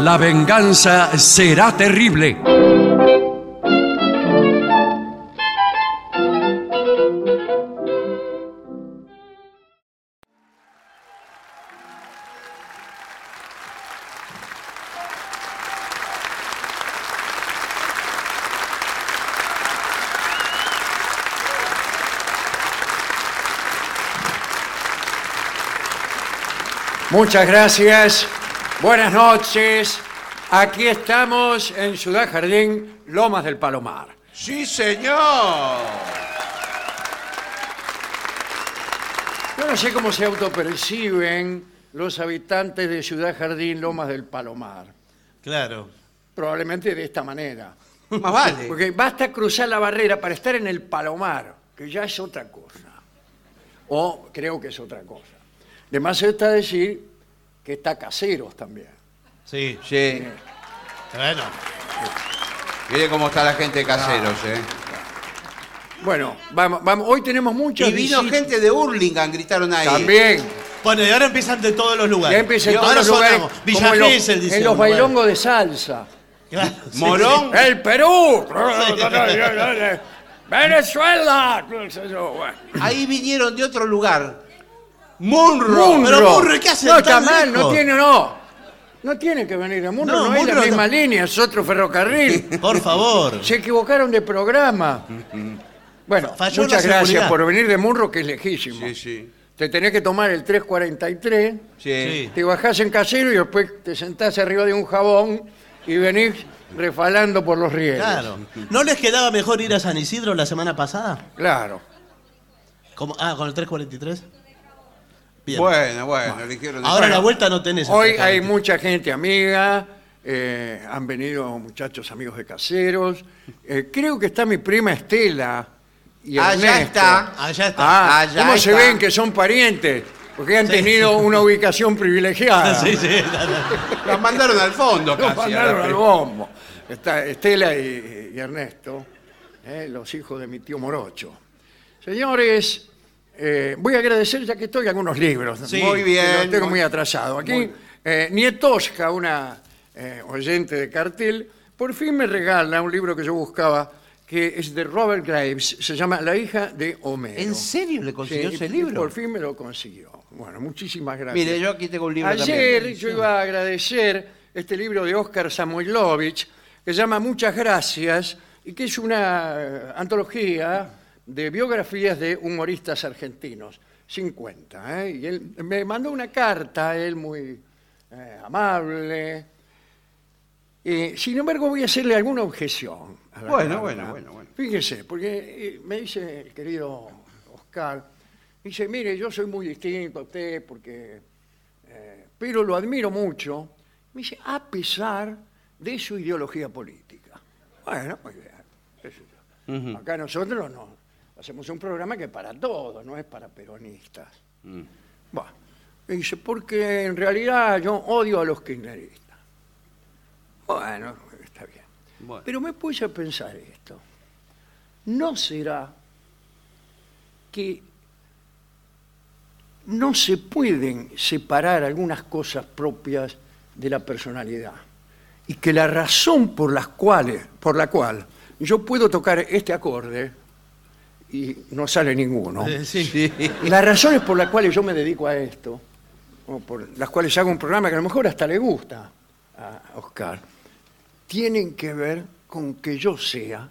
La venganza será terrible. Muchas gracias. Buenas noches. Aquí estamos en Ciudad Jardín, Lomas del Palomar. Sí, señor. Yo no sé cómo se autoperciben los habitantes de Ciudad Jardín, Lomas del Palomar. Claro. Probablemente de esta manera. Más vale. Porque basta cruzar la barrera para estar en el Palomar, que ya es otra cosa. O creo que es otra cosa. Además está decir que está caseros también. Sí. Sí. Bueno. Mire cómo está la gente de caseros, Ah. ¿eh? Bueno, vamos, vamos. Hoy tenemos muchas Y vino visitas. gente de Hurlingham, gritaron ahí. También. Bueno, y ahora empiezan de todos los lugares. Ya empieza en Ahora todos los lugares, sonamos. como Villa en los- Gesell, en dicen los lugares. bailongos de salsa. Claro, sí, Morón. ¡El Perú! ¡Venezuela! No sé yo, bueno. Ahí vinieron de otro lugar. Munro. Pero Munro, ¿qué hace No, está tan mal, lejos? no tiene, no. No tiene que venir a Munro, No, no, es la Munro misma no. línea, es otro ferrocarril. Por favor. Se equivocaron de programa. Bueno, Falló muchas la gracias seguridad. por venir de Munro, que es lejísimo. Sí, sí. Te tenés que tomar el 343, Sí. te bajás en casero y después te sentás arriba de un jabón y venís refalando por los rieles. Claro. ¿No les quedaba mejor ir a San Isidro la semana pasada? Claro. Como- Ah, con el 343. Bien. Bueno, bueno, eligieron. Ahora la vuelta no tenés. el Hoy hay 343. mucha gente amiga, eh, han venido muchachos amigos de caseros. Eh, creo que está mi prima Estela. Y Allá Ernesto. está. Allá está. Ah, Allá ¿Cómo se está. ven que son parientes? Porque han tenido una ubicación privilegiada. Sí, sí, está, está. Los mandaron al fondo Los casi. a la mandaron al pe- bombo. Está Estela y, y Ernesto, eh, los hijos de mi tío Morocho. Señores, eh, voy a agradecer ya que estoy algunos libros. Sí, muy bien, que los tengo muy- muy atrasado. Aquí, eh, Nietosca, una eh, oyente de cartel, por fin me regala un libro que yo buscaba, que es de Robert Graves, se llama La hija de Homero. ¿En serio le consiguió Sí, ese y- y libro? Por fin me lo consiguió. Bueno, muchísimas gracias. Mire, yo aquí tengo un libro Ayer también. yo iba a agradecer este libro de Oscar Samoilovich que se llama Muchas Gracias y que es una eh, antología de biografías de humoristas argentinos, 50. ¿eh? Y él me mandó una carta, él muy eh, amable. Eh, sin embargo, voy a hacerle alguna objeción. a la Bueno, carta. bueno, bueno, bueno. Fíjese, porque eh, me dice el querido Oscar, dice, mire, yo soy muy distinto a usted porque eh, pero lo admiro mucho, me dice, a pesar de su ideología política. Bueno, muy bien. qué sé yo. Acá nosotros no. Hacemos un programa que para todos, no es para peronistas. Mm. Bueno, me dice, porque en realidad yo odio a los kirchneristas. Bueno, está bien. Bueno. Pero me puse a pensar esto. ¿No será que no se pueden separar algunas cosas propias de la personalidad. Y que la razón por, las cuales, por la cual yo puedo tocar este acorde y no sale ninguno, Eh, sí. las razones por las cuales yo me dedico a esto, o por las cuales hago un programa que a lo mejor hasta le gusta a Oscar, tienen que ver con que yo sea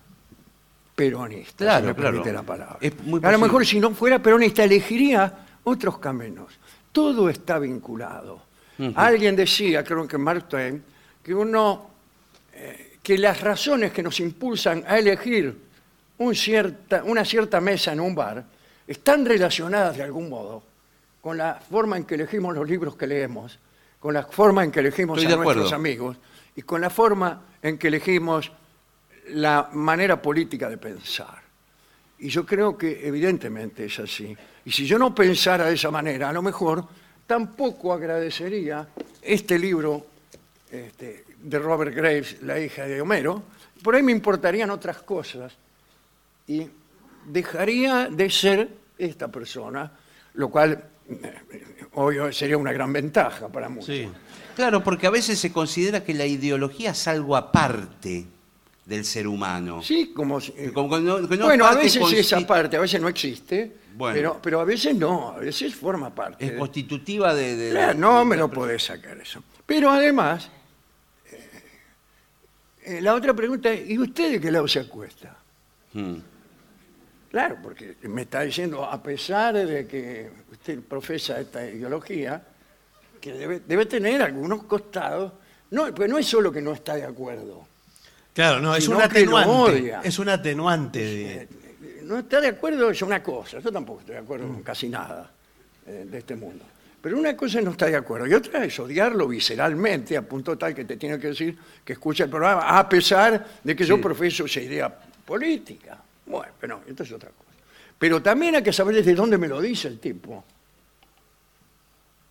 peronista, Claro, si me claro. permite la palabra. Es muy a lo posible. mejor si no fuera peronista elegiría otros caminos. Todo está vinculado. Alguien decía, creo que Mark Twain, que uno eh, que las razones que nos impulsan a elegir un cierta- una cierta mesa en un bar están relacionadas de algún modo con la forma en que elegimos los libros que leemos, con la forma en que elegimos Estoy a de nuestros acuerdo. amigos y con la forma en que elegimos la manera política de pensar. Y yo creo que evidentemente es así. Y si yo no pensara de esa manera, a lo mejor tampoco agradecería este libro este, de Robert Graves, La hija de Homero. Por ahí me importarían otras cosas y dejaría de ser esta persona, lo cual eh, obvio sería una gran ventaja para muchos. Sí. Claro, porque a veces se considera que la ideología es algo aparte del ser humano. Sí, como si- Como que no- que no bueno, a parte veces consi- esa parte, a veces no existe, Bueno. pero, pero a veces no, a veces forma parte. Es de- constitutiva de... de- Claro, no me lo podés sacar eso. Pero además, eh, eh, la otra pregunta es, ¿y usted de qué lado se acuesta? Mm. Claro, porque me está diciendo, a pesar de que usted profesa esta ideología, que debe, debe tener algunos costados, no, pues no es solo que no está de acuerdo, Claro, no, es Sino un que lo atenuante. odia. Es un atenuante. de- no está de acuerdo es una cosa, yo tampoco estoy de acuerdo con casi nada eh, de este mundo. Pero una cosa es no estar de acuerdo y otra es odiarlo visceralmente a punto tal que te tiene que decir que escucha el programa, a pesar de que yo profeso esa idea política. Bueno, pero no, esto es otra cosa. Pero también hay que saber desde dónde me lo dice el tipo.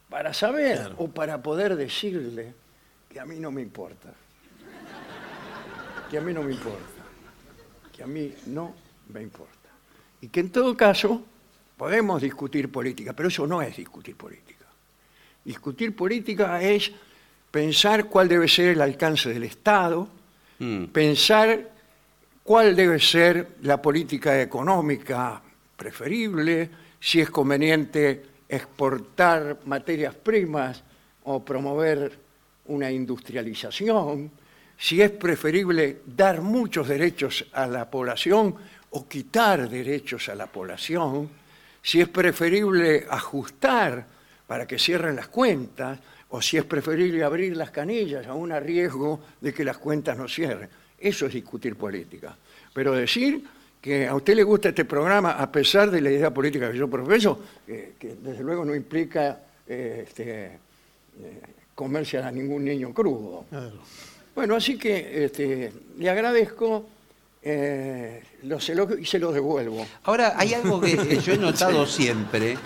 Para saber o para poder decirle que a mí no me importa. Que a mí no me importa que a mí no me importa. Y que en todo caso podemos discutir política, pero eso no es discutir política. Discutir política es pensar cuál debe ser el alcance del Estado, Mm. pensar cuál debe ser la política económica preferible, si es conveniente exportar materias primas o promover una industrialización, si es preferible dar muchos derechos a la población o quitar derechos a la población, si es preferible ajustar para que cierren las cuentas o si es preferible abrir las canillas aún a riesgo de que las cuentas no cierren. Eso es discutir política. Pero decir que a usted le gusta este programa a pesar de la idea política que yo profeso, eh, que desde luego no implica eh, este, eh, comerse a ningún niño crudo. Claro. Bueno, así que este, le agradezco eh, los elogios y se los devuelvo. Ahora, hay algo que que yo he notado siempre.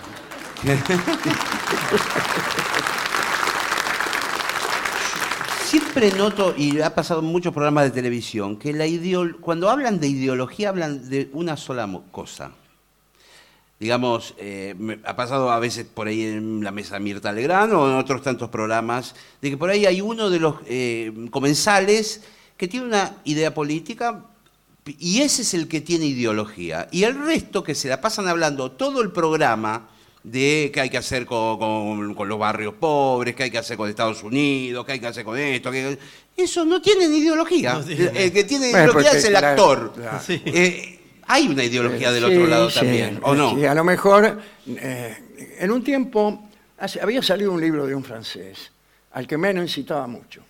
Siempre noto, y ha pasado en muchos programas de televisión, que la ideol- cuando hablan de ideología hablan de una sola mo- cosa. Digamos, eh, me- ha pasado a veces por ahí en la mesa Mirta Legrand o en otros tantos programas, de que por ahí hay uno de los eh, comensales que tiene una idea política y ese es el que tiene ideología. Y el resto que se la pasan hablando todo el programa de qué hay que hacer con, con- con los barrios pobres, qué hay que hacer con Estados Unidos, qué hay que hacer con esto, qué- eso no tienen ideología. No tienen. El que tiene Bueno, ideología porque, es el claro, actor. claro. Sí. Eh, hay una ideología del Sí, otro lado sí, también, ¿o no? sí, a lo mejor, eh, en un tiempo, hace- había salido un libro de un francés, al que Menem citaba mucho,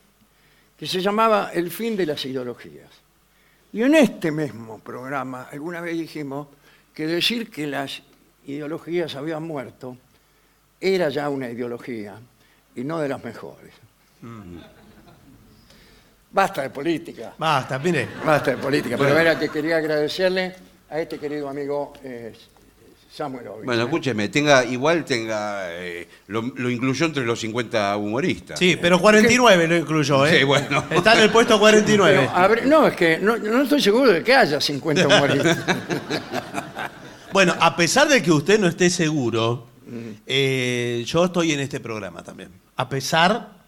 que se llamaba El fin de las ideologías. Y en este mismo programa, alguna vez dijimos que decir que las ideologías habían muerto era ya una ideología y no de las mejores. Mm. Basta de política. Basta, mire. Basta de política, pero era que quería agradecerle a este querido amigo eh, Samuel Ovich. ¿eh? Bueno, escúcheme, tenga, igual tenga, eh, lo, lo incluyó entre los 50 humoristas. Sí, pero 49 lo incluyó, ¿eh? Sí, bueno. Está en el puesto 49. Pero ah, habré- no, es que no, no estoy seguro de que haya 50 humoristas. Bueno, a pesar de que usted no esté seguro, eh, yo estoy en este programa también. A pesar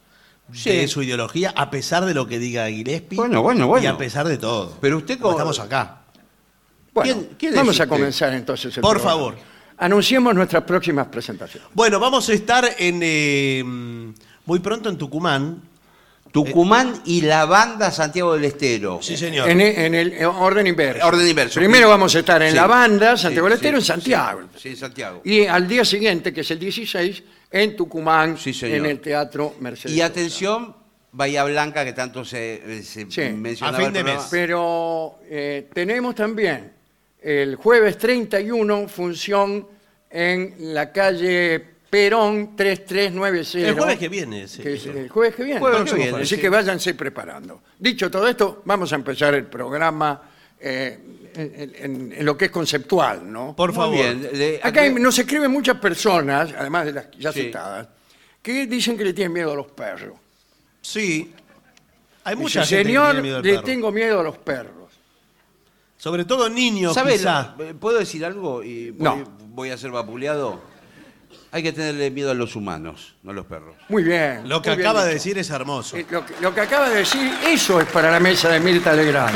de Sí. su ideología, a pesar de lo que diga Gillespie. Bueno, bueno, bueno. Y a pesar de todo. Pero usted Como co- Estamos acá. Bueno, ¿Quién- quién es vamos a usted? comenzar entonces. el Por programa. favor. Anunciemos nuestras próximas presentaciones. Bueno, vamos a estar en eh, muy pronto en Tucumán. Eh, Tucumán y la banda Santiago del Estero. Sí, señor. En, e- en el orden inverso. Orden inverso. Primero vamos a estar en Sí. La Banda, Santiago del Sí, Estero, sí, en Santiago. Sí, sí, Santiago. Y al día siguiente, que es el 16, en Tucumán, Sí, señor. en el Teatro Mercedes. Y atención, Bahía Blanca, que tanto se, eh, se Sí, mencionaba. a fin el de programa. mes. Pero eh, tenemos también el jueves 31 función en la calle Perón 3390. El jueves que viene, sí. Que es el jueves que viene. Jueves que Próximo viene, Así sí. que váyanse preparando. Dicho todo esto, vamos a empezar el programa eh, en, en- en lo que es conceptual, ¿no? Por eh, Muy favor. bien, le- Acá hay- nos escriben muchas personas, además de las ya Sí. citadas, que dicen que le tienen miedo a los perros. Sí. Hay Dice, mucha gente que Señor, tiene miedo al le perro. tengo miedo a los perros. Sobre todo niños, ¿Sabe? quizá. ¿Puedo Eh, decir algo? Y No. voy- voy a ser vapuleado. Hay que tenerle miedo a los humanos, no a los perros. Muy bien. Lo que muy bien acaba de dicho. decir es hermoso. Eh, Lo que, lo que acaba de decir, eso es para la mesa de Mirta Legrand.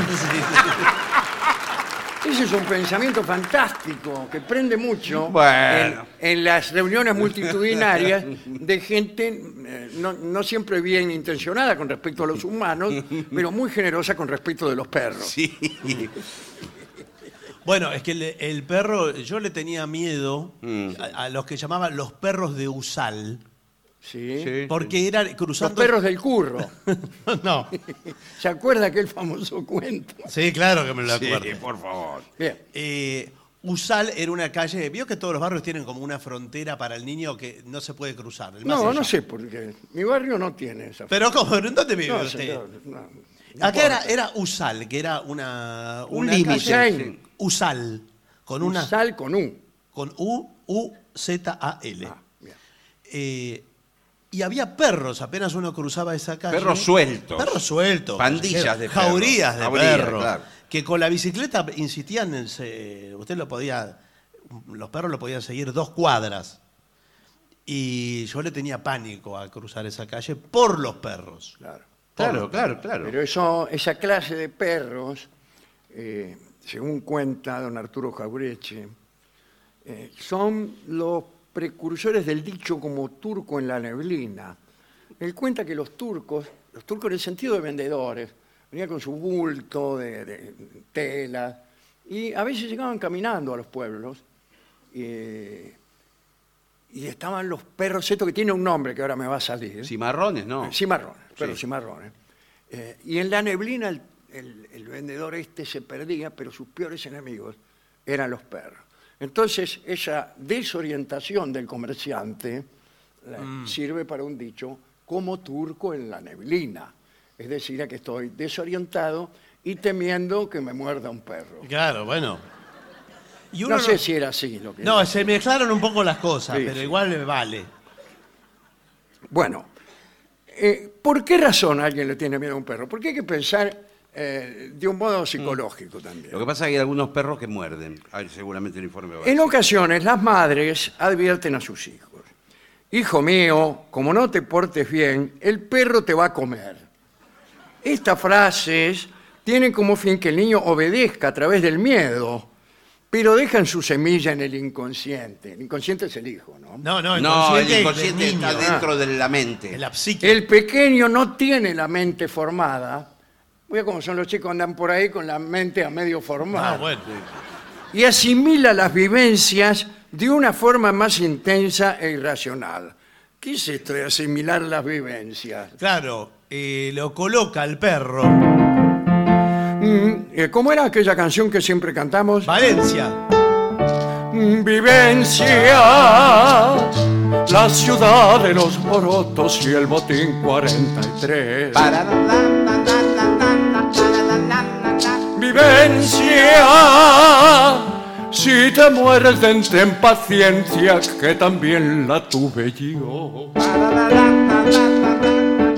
Ese es un pensamiento fantástico que prende mucho Bueno. en, en las reuniones multitudinarias de gente eh, no, no siempre bien intencionada con respecto a los humanos, pero muy generosa con respecto de los perros. Sí. Bueno, es que el, el perro, yo le tenía miedo Mm, a, a los que llamaban los perros de Usal, Sí. porque eran Los cruzando... perros del curro. no. ¿Se acuerda aquel famoso cuento? Sí, claro que me lo acuerdo. por favor. Bien. Eh, Usal era una calle, vio que todos los barrios tienen como una frontera para el niño que no se puede cruzar. el más No, allá. no sé por qué. Mi barrio no tiene esa. Pero ¿cómo? ¿En ¿Dónde vive No, usted? señor, no. Acá era, era Usal, que era una, Un una límite, calle- sí. Usal, con Un una Sal con un. Ah, con U U Z A L. bien. Eh, y había perros, apenas uno cruzaba esa calle. Perros sueltos. Perros sueltos. Pandillas de Jaurías perros. de Jaurías, perros. claro. Que con la bicicleta insistían en... se- usted lo podía... Los perros lo podían seguir dos cuadras. Y yo le tenía pánico a cruzar esa calle por los perros. Claro. Claro, claro, claro. Pero eso, esa clase de perros, eh, según cuenta don Arturo Jaureche, eh, son los precursores del dicho como turco en la neblina. Él cuenta que los turcos, los turcos en el sentido de vendedores, venían con su bulto de, de tela y a veces llegaban caminando a los pueblos eh, y estaban los perros, esto que tiene un nombre que ahora me va a salir. Cimarrones, no. Cimarrones, pero Sí. cimarrones. Eh, y en la neblina el, el- el vendedor este se perdía, pero sus peores enemigos eran los perros. Entonces, esa desorientación del comerciante la- sirve para un dicho como turco en la neblina. Es decir, a que estoy desorientado y temiendo que me muerda un perro. Claro, bueno. Y No sé si era así lo que No, se mezclaron un poco las cosas, Sí, pero sí. igual me vale. Bueno, eh, ¿por qué razón alguien le tiene miedo a un perro? Porque hay que pensar eh, de un modo psicológico también. Mm. Lo que pasa es que hay algunos perros que muerden. Ay, seguramente el informe va a En ocasiones las madres advierten a sus hijos, hijo mío, como no te portes bien, el perro te va a comer. Estas frases tienen como fin que el niño obedezca a través del miedo, pero dejan su semilla en el inconsciente. El inconsciente es el hijo, ¿no? No, no, el No, el consciente, inconsciente está dentro de la de mente. la psique. El pequeño no tiene la mente formada. Mira cómo son los chicos, andan por ahí con la mente a medio formada. Ah, bueno. y asimila las vivencias de una forma más intensa e irracional. ¿Qué es esto de asimilar las vivencias? Claro, eh, lo coloca al perro. Mm, eh, ¿Cómo era aquella canción que siempre cantamos? Valencia. Mm, Vivencia, la ciudad de los porotos y el botín 43. Vivencia, si te muerden, ten paciencia, que también la tuve yo.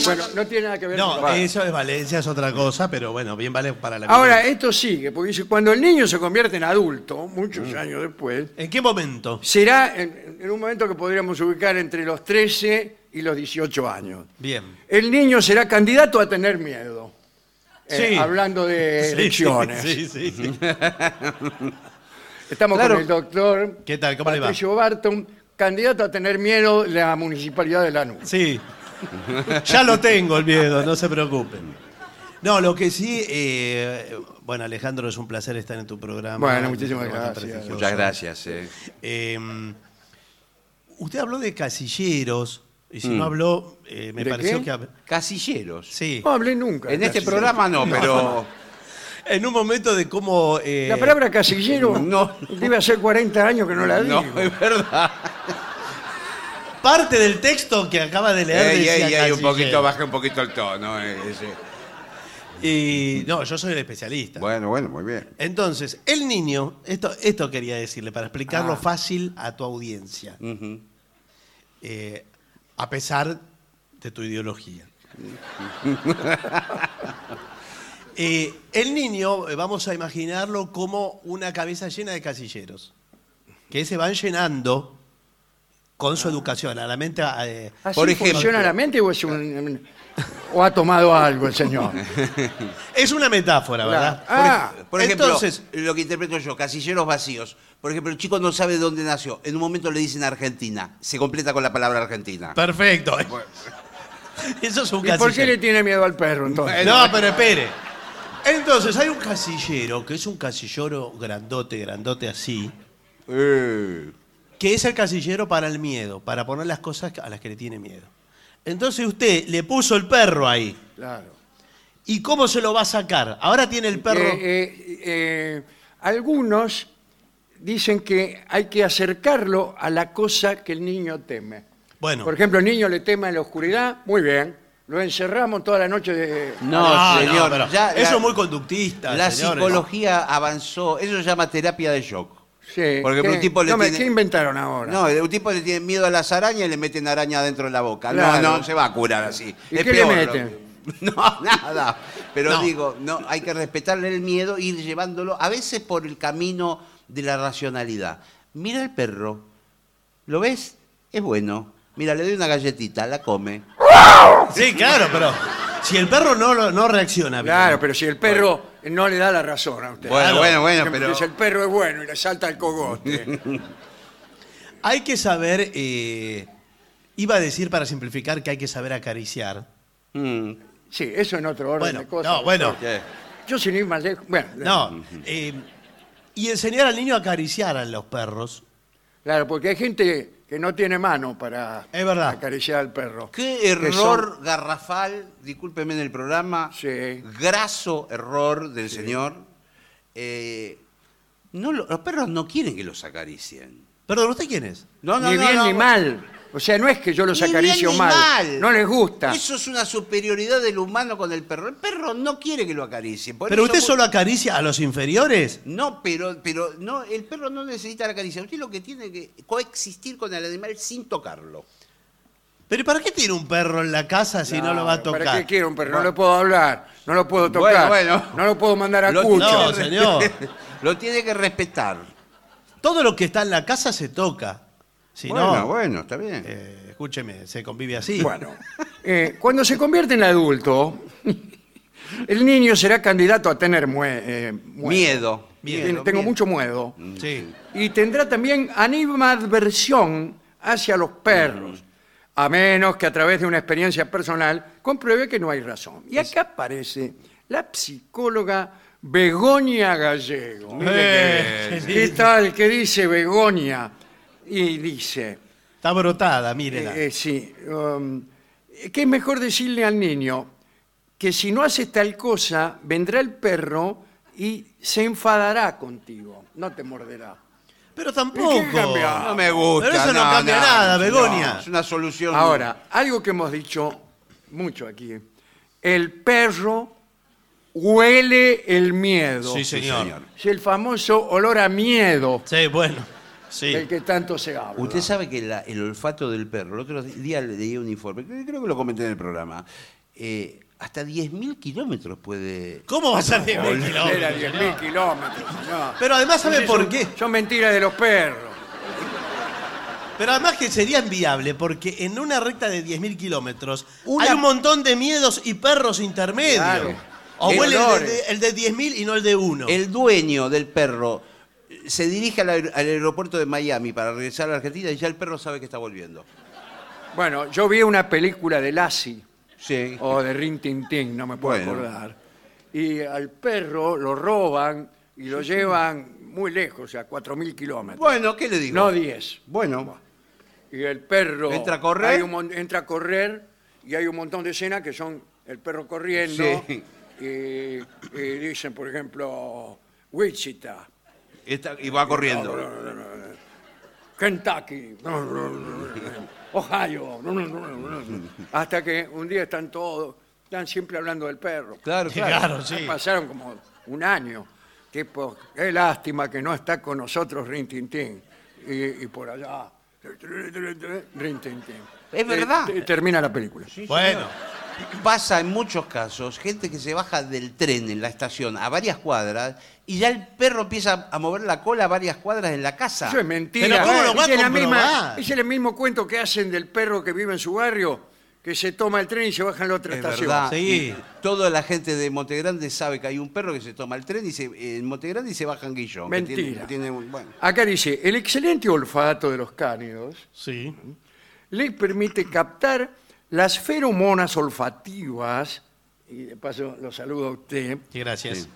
Bueno, no tiene nada que ver No, eh, con la- eso es Valencia, es otra cosa, pero bueno, bien vale para la Ahora, vida. esto sigue, porque dice, cuando el niño se convierte en adulto, muchos Mm. años después, ¿En qué momento? será en, en un momento que podríamos ubicar entre los 13 y los 18 años. Bien. El niño será candidato a tener miedo. Eh, Sí. Hablando de Sí, elecciones. Sí, sí, sí. Estamos Claro. con el doctor ¿Qué tal? ¿Cómo le va? Patricio Barton, candidato a tener miedo de la municipalidad de Lanús. Sí. Ya lo tengo el miedo, no se preocupen. No, lo que sí, eh, bueno, Alejandro, es un placer estar en tu programa. Bueno, en tu muchísimas programa tan gracias. prestigioso. Muchas gracias. eh. Eh, usted habló de casilleros, y si no habló, eh, me Mm. ¿De pareció qué? que... hab- Casilleros. Sí. No hablé nunca. En este Casillero. programa no, pero. En un momento de cómo... eh, La palabra casillero No. debe hacer 40 años que no la digo. No, eh, es verdad. Parte del texto que acaba de leer Ey, decía ey, ey, un casillero. poquito, baje un poquito el tono. eh, ese. Y no, yo soy el especialista. Bueno, bueno, muy bien. Entonces, el niño, esto, esto quería decirle para explicarlo Ah. fácil a tu audiencia, Ujú. eh, a pesar de tu ideología. Eh, el niño, eh, vamos a imaginarlo como una cabeza llena de casilleros, que se van llenando con Ah. su educación. A la mente, eh, ¿Así Por ejemplo- funciona la mente o, es un- o ha tomado algo el señor? es una metáfora, ¿verdad? Ah, Por ejemplo, Entonces- lo que interpreto yo, casilleros vacíos. Por ejemplo, el chico no sabe dónde nació. En un momento le dicen Argentina. Se completa con la palabra Argentina. Perfecto. Eso es un Ah. ¿Y por qué casillero. le tiene miedo al perro entonces? No, pero espere. Entonces, hay un casillero, que es un casillero grandote, grandote así, Eh, que es el casillero para el miedo, para poner las cosas a las que le tiene miedo. Entonces usted le puso el perro ahí. Claro. ¿Y cómo se lo va a sacar? Ahora tiene el perro. Eh, eh, eh, algunos dicen que hay que acercarlo a la cosa que el niño teme. Bueno. Por ejemplo, el niño le teme a la oscuridad, muy bien, lo encerramos toda la noche de... No, señor. pero ya eso la- es muy conductista. La señores. psicología avanzó. Eso se llama terapia de shock. Sí, Por ejemplo, ¿qué? un tipo le No, me- tiene- ¿Qué inventaron ahora? No, un tipo le tiene miedo a las arañas y le meten araña dentro de la boca. Claro. No, no, se va a curar así. ¿Y Es qué le peor, meten? lo- No, nada. Pero No. digo, no, hay que respetarle el miedo, e ir llevándolo, a veces por el camino de la racionalidad. Mira el perro, ¿lo ves? Es bueno. Mira, le doy una galletita, la come. Sí, claro, pero si el perro no, lo- no reacciona bien. Claro, pero si el perro no le da la razón a usted. Bueno, bueno, bueno, Por ejemplo, pero- dice, el perro es bueno y le salta el cogote. Hay que saber. eh, iba a decir para simplificar que hay que saber acariciar. Mm, Sí, eso en otro orden Bueno, de cosas. no, bueno. ¿qué? Yo sin ir más lejos... Bueno, No. eh, y enseñar al niño a acariciar a los perros. Claro, porque hay gente que no tiene mano para Es verdad. acariciar al perro. Qué error garrafal, discúlpeme en el programa, Sí. graso error del señor. Eh, no, lo- los perros no quieren que los acaricien. Perdón, ¿usted quién es? No, no, ni no, bien no. ni mal. O sea, no es que yo los Ni bien acaricio ni mal. mal. No les gusta. Eso es una superioridad del humano con el perro. El perro no quiere que lo acaricien. Por ¿Pero eso usted mu- solo acaricia a los inferiores? No, pero, pero no, el perro no necesita la caricia. Usted lo que tiene que coexistir con el animal sin tocarlo. ¿Pero para qué tiene un perro en la casa si no lo va a Claro, tocar? ¿Para qué quiero un perro? No lo puedo hablar, no lo puedo tocar, Bueno, bueno. no lo puedo mandar a Lo- cucho. No, señor. lo tiene que respetar. Todo lo que está en la casa se toca. Si no, bueno, está bien. eh, escúcheme, se convive así. Bueno, eh, cuando se convierte en adulto, el niño será candidato a tener mue- eh, miedo. Tien- Miedo, Tengo miedo. Mm. mucho miedo. Sí. Y tendrá también animadversión hacia los perros, a menos que a través de una experiencia personal compruebe que no hay razón. Y acá aparece la psicóloga Begoña Gallego. Eh, ¿Qué sí, tal? ¿Qué dice Begoña? Y dice, Está brotada, mírela. eh, eh, sí, um, que es mejor decirle al niño que si no haces tal cosa, vendrá el perro y se enfadará contigo, no te morderá. Pero ¿Y qué tampoco. cambia? No me gusta. Pero eso no cambia nada, Begoña. es una solución. Ahora, algo que hemos dicho mucho aquí, el perro huele el miedo. Sí, señor. Sí, Es el famoso olor a miedo bueno. Sí. del que tanto se habla. Usted sabe que la- el olfato del perro, el otro día le leí un informe, creo creo que lo comenté en el programa, eh, hasta 10.000 kilómetros puede... ¿Cómo va a ser de mil Volver a kilómetros, 10.000 señor? kilómetros. señor. Pero además, ¿sabe Esas por son- qué? Son mentiras de los perros. Pero además que sería inviable, porque en una recta de 10.000 kilómetros Una- hay un montón de miedos y perros intermedios. Claro. O El huele el de, olores. el de 10.000 y no el de uno. El dueño del perro eh, se dirige al, aer- al aeropuerto de Miami para regresar a la Argentina y ya el perro sabe que está volviendo. Bueno, yo vi una película de Lassie Sí. o de Rin Tin Tin, no me puedo Bueno. acordar. Y al perro lo roban y lo llevan muy lejos, a 4.000 kilómetros. Bueno, ¿qué le digo? No 10. Bueno, Y el perro... ¿Entra a correr? hay un mon- entra a correr y hay un montón de escenas que son el perro corriendo Sí. y, y dicen, por ejemplo, Wichita, está- y va corriendo. Kentucky, Ohio. Hasta que un día están todos, están siempre hablando del perro. Claro, Sí, claro. claro, sí. Pasaron como un año. Tipo, qué lástima que no está con nosotros Rin Tin Tin. Y, y por allá, Rin Tin Tin. Es Eh, verdad. te- termina la película. bueno, pasa en muchos casos gente que se baja del tren en la estación a varias cuadras y ya el perro empieza a mover la cola a varias cuadras en la casa. Eso es mentira. Ah. Pero ¿cómo lo va a Esa es la misma- comprobar? ese es el mismo cuento que hacen del perro que vive en su barrio, que se toma el tren y se baja en la otra Es estación. verdad. Sí. Y Toda la gente de Montegrande sabe que hay un perro que se toma el tren y se, en Montegrande y se baja en Guillón. que tiene- Mentira. que tiene un- bueno. Acá dice, el excelente olfato de los cánidos Sí. les permite captar las feromonas olfativas, y de paso lo saludo a usted, Sí, gracias.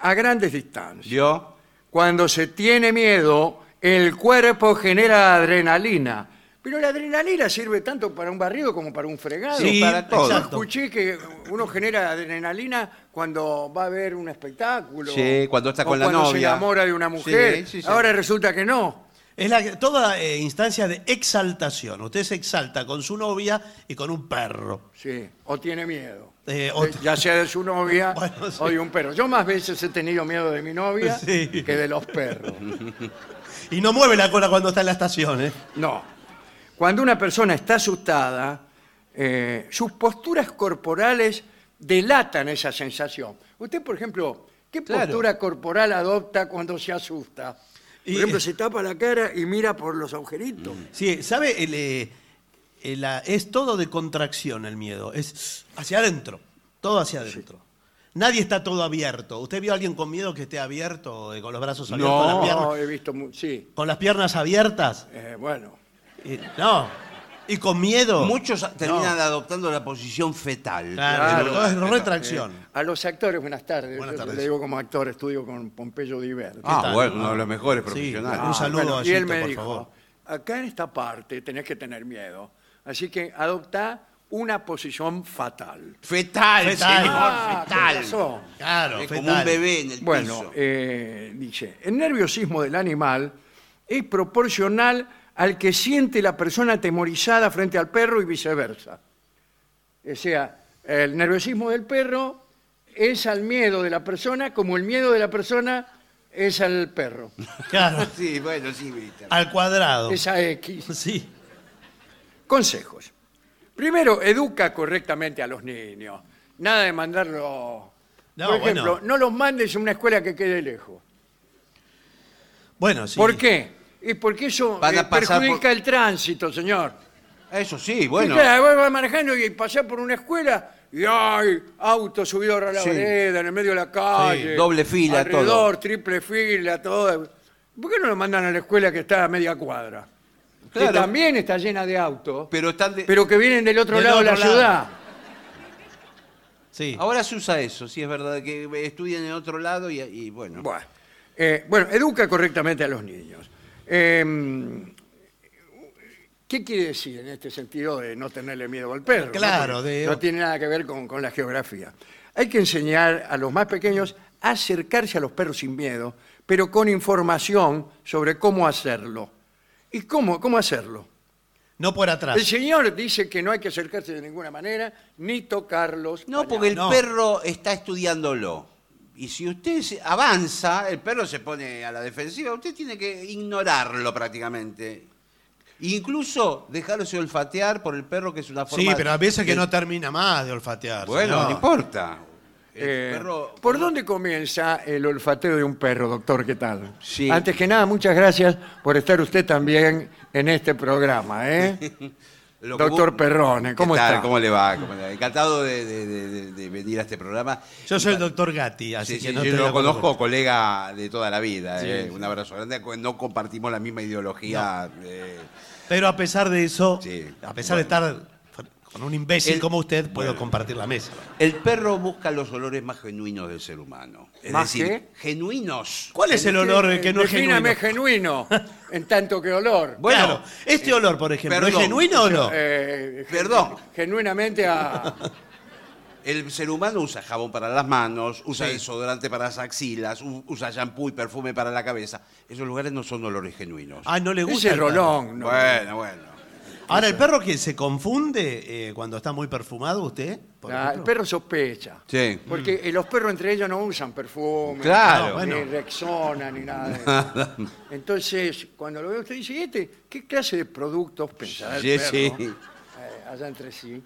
a grandes distancias. ¿Vio? Cuando se tiene miedo, el cuerpo genera adrenalina. Pero la adrenalina sirve tanto para un barrido como para un fregado. Sí, para todo. Yo escuché que uno genera adrenalina cuando va a ver un espectáculo. Sí, cuando está o con la cuando se novia. enamora de una mujer. Sí, sí, sí. Ahora resulta que no. Es la, toda eh, instancia de exaltación. Usted se exalta con su novia y con un perro. Sí, o tiene miedo. Eh, o- Ya sea de su novia Bueno, sí. o de un perro. Yo más veces he tenido miedo de mi novia Sí. que de los perros. y no mueve la cola cuando está en la estación, ¿eh? No. Cuando una persona está asustada, eh, sus posturas corporales delatan esa sensación. Usted, por ejemplo, ¿qué Claro. postura corporal adopta cuando se asusta? Por Y- Mm. ejemplo, se tapa la cara y mira por los agujeritos. Sí, ¿sabe? El, eh, el, ah, es todo de contracción el miedo. Es hacia adentro. Todo hacia adentro. Nadie está todo abierto. ¿Usted vio a alguien con miedo que esté abierto, eh, con los brazos No. abiertos, las piernas- he visto... mu- Sí, con las piernas abiertas? eh, bueno. Eh, no. Y con miedo. Muchos terminan No. adoptando la posición fetal. Claro, Claro. todo es retracción. A los actores, buenas tardes. Buenas Yo tardes. Le digo como actor, estudio con Pompeyo Divert. Ah, tal? bueno, uno de los mejores Sí. profesionales. Un saludo a Ah, y él Gito, me por dijo, favor. acá en esta parte tenés que tener miedo. Así que adoptá una posición fatal. Fetal, Fetal. señor, Ah, con fetal. razón. Claro, Es como fetal. un bebé en el Bueno, piso. eh, dice, el nerviosismo del animal es proporcional al que siente la persona atemorizada frente al perro y viceversa. O sea, el nerviosismo del perro es al miedo de la persona como el miedo de la persona es al perro. Claro, Sí, bueno, sí, Víctor. al cuadrado. Esa X. Sí. Consejos. Primero, educa correctamente a los niños. Nada de mandarlos. No, Por ejemplo, bueno. no los mandes a una escuela que quede lejos. Bueno, sí. ¿Por qué? Y porque eso Van a eh, pasar perjudica por- el tránsito, señor. Eso sí, bueno. Y claro, vos vas manejando y pasás por una escuela y hay auto subido a la Sí. vereda, en el medio de la calle. Sí, doble fila, alrededor, todo. triple fila, todo. ¿Por qué no lo mandan a la escuela que está a media cuadra? Claro. Que también está llena de autos, pero, Pero están de- que vienen del otro Del lado de la otro lado. ciudad. Sí. Ahora se usa eso, sí, es verdad, que estudian en otro lado y, y bueno. Bueno, eh, bueno, educa correctamente a los niños. Eh, ¿Qué quiere decir en este sentido de no tenerle miedo al perro? Claro, no, Porque de- no tiene nada que ver con, con la geografía. Hay que enseñar a los más pequeños a acercarse a los perros sin miedo, pero con información sobre cómo hacerlo. ¿Y cómo, cómo hacerlo? No por atrás. El señor dice que no hay que acercarse de ninguna manera ni tocarlos. No, porque el No. perro está estudiándolo. Y si usted se- avanza, el perro se pone a la defensiva, usted tiene que ignorarlo prácticamente. Incluso dejarse olfatear por el perro, que es una forma Sí, pero a veces que de- no termina más de olfatear. Bueno, no, señor. importa. El Eh, perro- ¿Por dónde comienza el olfateo de un perro, doctor? ¿Qué tal? Sí. Antes que nada, muchas gracias por estar usted también en este programa, ¿eh? Lo Doctor que- Perrone, ¿cómo ¿Qué tal? está? ¿Cómo le va? ¿Cómo le va? Encantado de, de- de- de- de venir a este programa. Yo soy el doctor Gatti, así Sí, que sí, no yo te lo la conozco. conozco, colega de toda la vida. Sí, eh, sí. Un abrazo grande. No compartimos la misma ideología. eh, Pero a pesar de eso, Sí. a pesar de estar con un imbécil El- como usted, puedo compartir la mesa. El perro busca los olores más genuinos del ser humano. Es ¿Más decir, qué? genuinos. ¿Cuál es el olor Eh, que no es genuino? defíname genuino, en tanto que olor. Bueno, eh, claro, este olor, por ejemplo, perdón. ¿es genuino o no? Eh, gen- Perdón. Genuinamente a... El ser humano usa jabón para las manos, usa Sí. desodorante para las axilas, u- usa shampoo y perfume para la cabeza. Esos lugares no son olores genuinos. ah, no le gusta. Ese el perro. rolón. ¿no? bueno, bueno. Ahora, el perro que se confunde eh, cuando está muy perfumado, usted. por Ah, el ejemplo. perro sospecha. Sí. Porque eh, los perros entre ellos no usan perfume, Claro. ni No, bueno. Rexona, ni nada de eso. Entonces, cuando lo ve usted dice, "¿Y este, ¿qué clase de productos pensará el Sí, perro? sí. eh, allá entre sí?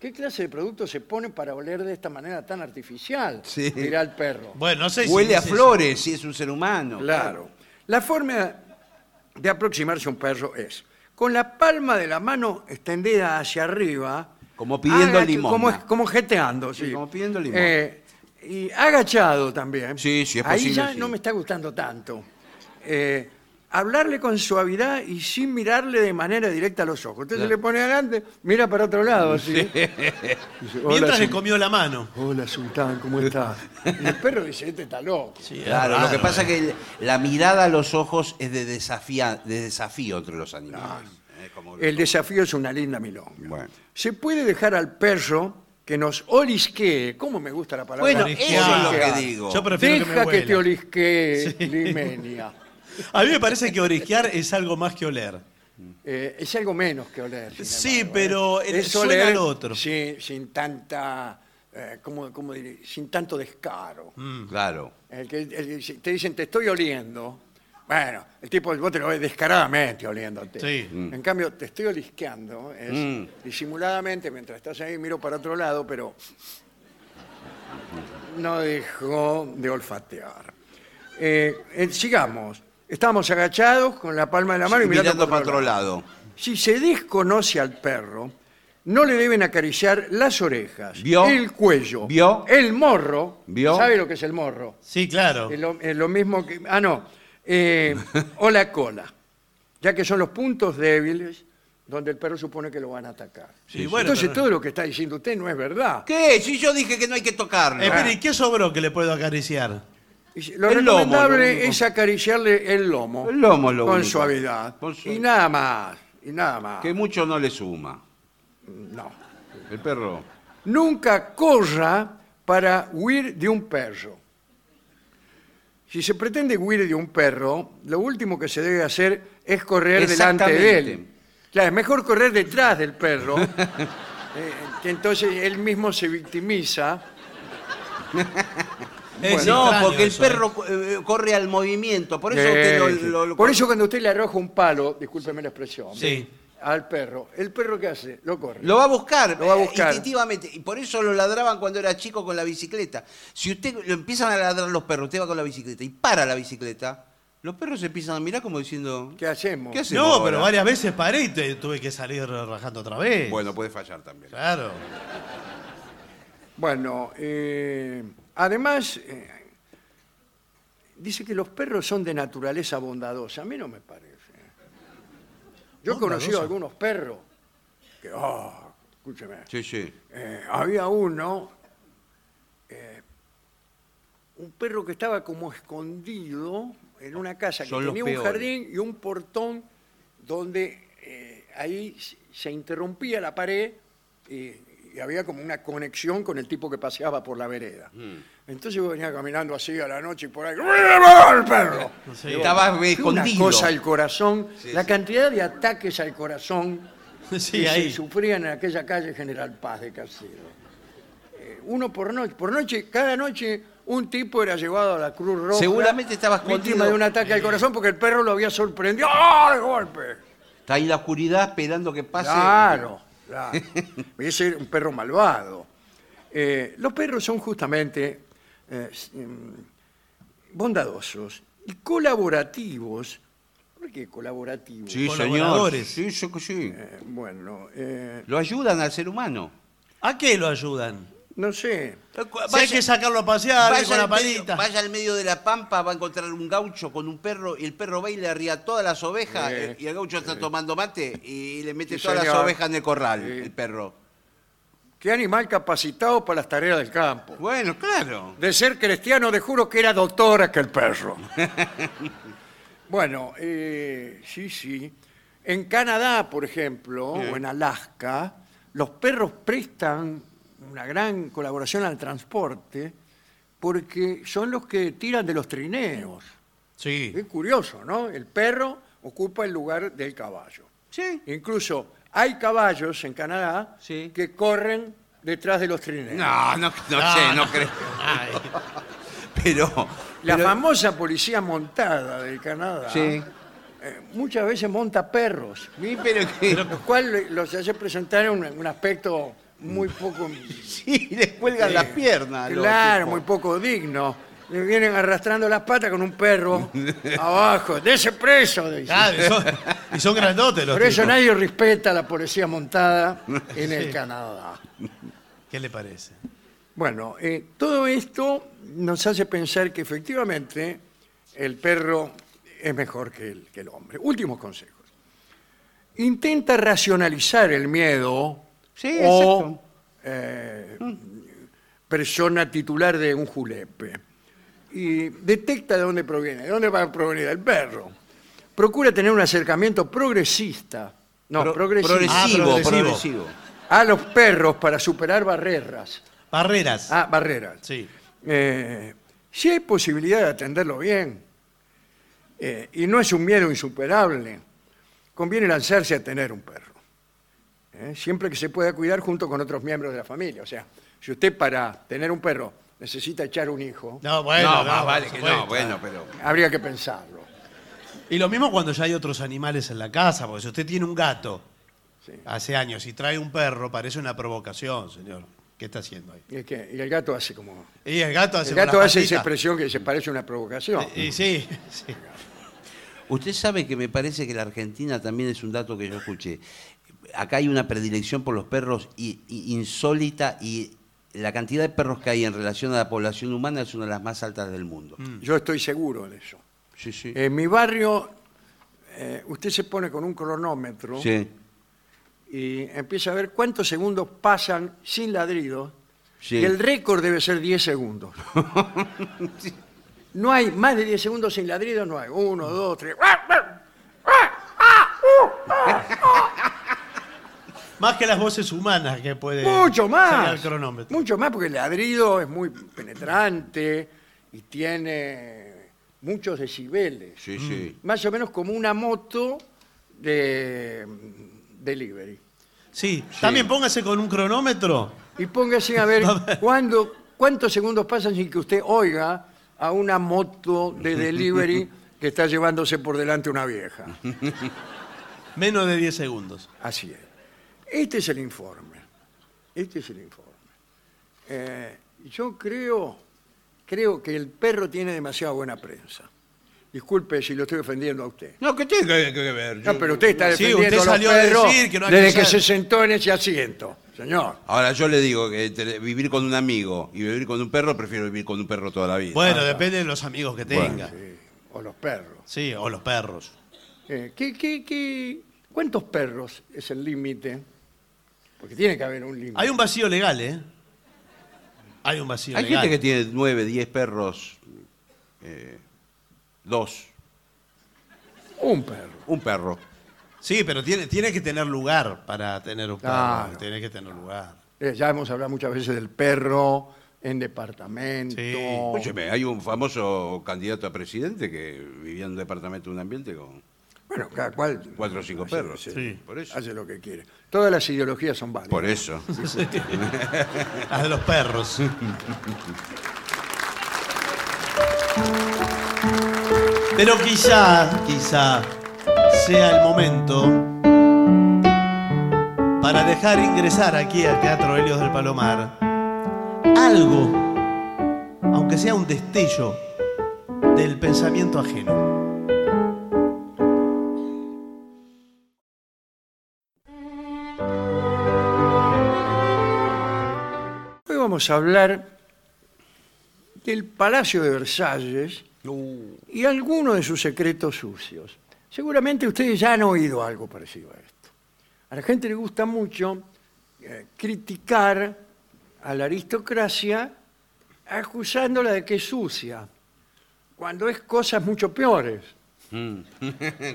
¿Qué clase de productos se ponen para oler de esta manera tan artificial? Sí. Dirá el perro. Bueno, no sé si Huele a es eso. flores si es un ser humano. Claro. La forma de aproximarse a un perro es con la palma de la mano extendida hacia arriba. Como pidiendo agacha- limosna. Como, como jeteando, sí. Sí, como pidiendo limosna. Eh, y agachado también. Sí, sí, es Ahí posible, ya sí. no me está gustando tanto. Eh, hablarle con suavidad y sin mirarle de manera directa a los ojos. Usted se le pone adelante, mira para otro lado, así. Dice, "Hola, Mientras le Sul- comió la mano. Hola, Sultán, ¿cómo estás? Y el perro dice, este está loco. Claro, lo que pasa eh. es que el- la mirada a los ojos es de, desafía- de desafío entre los animales. Eh, como- El desafío es una linda milonga. Bueno. Se puede dejar al perro que nos olisquee. ¿Cómo me gusta la palabra? Bueno, Olisquear. eso es lo Olisquear. que digo. Yo prefiero Deja que, que te me huela. olisquee, Sí. Limenia. A mí me parece que orisquear es algo más que oler. Eh, es algo menos que oler. sin Sí, embargo, pero ¿eh? el- Es suena oler al otro. Sin, sin tanta, eh, ¿cómo- cómo diré? Sin tanto descaro. Claro. El que- el que dice- te dicen, te estoy oliendo. Bueno, el tipo, vos te lo ves descaradamente oliéndote. Sí. En cambio, te estoy olisqueando, es Mm. disimuladamente, mientras estás ahí, miro para otro lado, pero no dejó de olfatear. Eh, eh, sigamos. Estamos agachados con la palma de la mano y mirando, mirando, para otro lado. Si se desconoce al perro, no le deben acariciar las orejas, ¿Vio? el cuello, ¿Vio? el morro. ¿Vio? ¿Sabe lo que es el morro? Sí, claro. Es lo, es lo mismo que. Ah, no. eh, o la cola. Ya que son los puntos débiles donde el perro supone que lo van a atacar. Sí, bueno, Entonces, pero- todo lo que está diciendo usted no es verdad. ¿Qué? Si yo dije que no hay que tocarlo. Eh, mire, ¿y qué sobró que le puedo acariciar? Y Lo El lomo, recomendable lo único. es acariciarle el lomo. El lomo es lo Con único. suavidad. Con su- Y nada más. Y nada más. Que mucho no le suma. No. El perro. Nunca corra para huir de un perro. Si se pretende huir de un perro, lo último que se debe hacer es correr delante de él. Exactamente. Claro, es mejor correr detrás del perro, eh, que entonces él mismo se victimiza. Es no, extraño porque eso, el perro eh, corre al movimiento. Por eso Eh, usted lo, sí. lo- lo- Por eso cuando usted le arroja un palo, discúlpeme la expresión, Sí. al perro, ¿el perro qué hace? Lo corre. lo va a buscar, Lo va a eh, buscar. instintivamente. Y por eso lo ladraban cuando era chico con la bicicleta. Si usted lo empiezan a ladrar los perros, usted va con la bicicleta y para la bicicleta, los perros se empiezan a mirar como diciendo. ¿Qué hacemos? ¿Qué hace? ¿eh? No, ahora? pero varias veces paré y te- tuve que salir rajando otra vez. Bueno, puede fallar también. Claro. Bueno, eh, además, eh, dice que los perros son de naturaleza bondadosa. A mí no me parece. Yo he conocido Bondadosa. algunos perros que, ah, escúcheme, Sí, sí. eh, había uno, eh, un perro que estaba como escondido en una casa que Son los tenía un peores. jardín y un portón donde eh, ahí se- se interrumpía la pared y, y había como una conexión con el tipo que paseaba por la vereda. Mm. Entonces yo venía caminando así a la noche y por ahí, ¡Mira el perro! Sí. Estaba eh, Fue Una escondido. cosa al corazón, la cantidad de ataques al corazón Sí, que se ahí. sufrían en aquella calle General Paz de Casero. Eh, uno por noche, por noche, cada noche un tipo era llevado a la Cruz Roja. Seguramente estaba escondido. Víctima de un ataque al corazón porque el perro lo había sorprendido. ¡Ah, de golpe! Está ahí en la oscuridad esperando que pase. Claro, claro. Ese era un perro malvado. Eh, los perros son justamente eh, s- mm, bondadosos y colaborativos. ¿Por qué colaborativos? Sí, señor. Colaboradores. Sí, sí, que sí. Eh, bueno, eh, Lo ayudan al ser humano. ¿A qué lo ayudan? no sé. Si hay que sacarlo a pasear con Ah, la al medio, palita. vaya al medio de la pampa, va a encontrar un gaucho con un perro y el perro va y le arría todas las ovejas Eh, y el gaucho está tomando mate y le mete Sí, todas las señor. ovejas en el corral, Sí. el perro. Qué animal capacitado para las tareas del campo. Bueno, claro. De ser cristiano, te juro que era doctor aquel perro. bueno, eh, sí, sí. En Canadá, por ejemplo, o en Alaska, los perros prestan una gran colaboración al transporte porque son los que tiran de los trineos. Sí. Es curioso, ¿no? El perro ocupa el lugar del caballo. Sí. Incluso hay caballos en Canadá Sí. que corren detrás de los trineos. No, no, no Ah, sé, no creo. Ay. Pero. La pero- famosa policía montada del Canadá Sí. eh, muchas veces monta perros, Sí, pero que- lo cual los hace presentar un, un aspecto muy poco... Eh, Sí, les cuelgan las piernas. los Claro, tipos. muy poco digno. Le vienen arrastrando las patas con un perro abajo. ¡De ese preso! dicen. Claro, y son, y son grandotes los Por eso tipos. nadie respeta la policía montada en el Canadá. ¿Qué le parece? Bueno, eh, todo esto nos hace pensar que efectivamente el perro es mejor que el, que el hombre. Últimos consejos. Intenta racionalizar el miedo Sí, Mm. o eh, persona titular de un julepe y detecta de dónde proviene, de dónde va a provenir el perro. Procura tener un acercamiento progresista. No, Pro- progresista. Progresivo, Ah, progresivo. progresivo. A los perros para superar barreras. Barreras. Ah, barreras. Sí. Eh, si hay posibilidad de atenderlo bien eh, y no es un miedo insuperable, conviene lanzarse a tener un perro. Eh, Siempre que se pueda cuidar junto con otros miembros de la familia. O sea, si usted para tener un perro necesita echar un hijo, No, bueno, No, no, más por vale que supuesto. no, bueno, pero. habría que pensarlo. Y lo mismo cuando ya hay otros animales en la casa, porque si usted tiene un gato Sí. hace años y trae un perro, parece una provocación, señor. ¿Qué está haciendo ahí? Y, es que- y el gato hace como... Y el gato hace El con gato las hace esa patitas. expresión que se parece a una provocación. Y sí, sí. Usted sabe que me parece que la Argentina también es un dato que yo escuché. Acá hay una predilección por los perros y- y insólita y la cantidad de perros que hay en relación a la población humana es una de las más altas del mundo. Yo estoy seguro de eso. Sí, sí. En mi barrio, eh, usted se pone con un cronómetro sí, y empieza a ver cuántos segundos pasan sin ladridos. Sí. Y el récord debe ser 10 segundos. No hay más de 10 segundos sin ladridos, no hay. Uno, dos, tres. ¡Ah, uh, Más que las voces humanas que puede. Mucho sacar más. Eh, el cronómetro. Mucho más, porque el ladrido es muy penetrante y tiene muchos decibeles. sí, sí. Más o menos como una moto de mm, delivery. Sí. También póngase con un cronómetro. y póngase a ver A ver. cuándo, cuántos segundos pasan sin que usted oiga a una moto de delivery que está llevándose por delante una vieja. Menos de 10 segundos. Así es. Este es el informe. Este es el informe. Eh, yo creo, creo que el perro tiene demasiada buena prensa. Disculpe si lo estoy ofendiendo a usted. No, que tiene que, que ver. No, pero usted está Sí, defendiendo usted a los salió a decir perros que no hay que desde que usar- se sentó en ese asiento, señor. Ahora, yo le digo que entre vivir con un amigo y vivir con un perro, prefiero vivir con un perro toda la vida. Bueno, depende de los amigos que tenga. Sí, o los perros. Sí, o los perros. Eh, ¿qué- qué- qué- cuántos perros es el límite? Porque tiene que haber un límite. Hay un vacío legal, ¿eh? Hay un vacío Hay legal. gente que tiene nueve, diez perros, eh, dos, Un perro. un perro. Sí, pero tiene, tiene que tener lugar para tener un perro. Claro. Tiene que tener lugar. Eh, ya hemos hablado muchas veces del perro en departamento. Sí. Óyeme, hay un famoso candidato a presidente que vivía en un departamento de un ambiente con Bueno, cada cual cuatro o cinco perros. Sí. Por eso. hace lo que quiere. Todas las ideologías son válidas. Por eso. Las de los perros. Pero quizá, quizá sea el momento para dejar ingresar aquí al Teatro Helios del Palomar algo, aunque sea un destello, del pensamiento ajeno. Hoy vamos a hablar del Palacio de Versalles y algunos de sus secretos sucios. Seguramente ustedes ya han oído algo parecido a esto. A la gente le gusta mucho eh, criticar a la aristocracia acusándola de que es sucia, cuando es cosas mucho peores,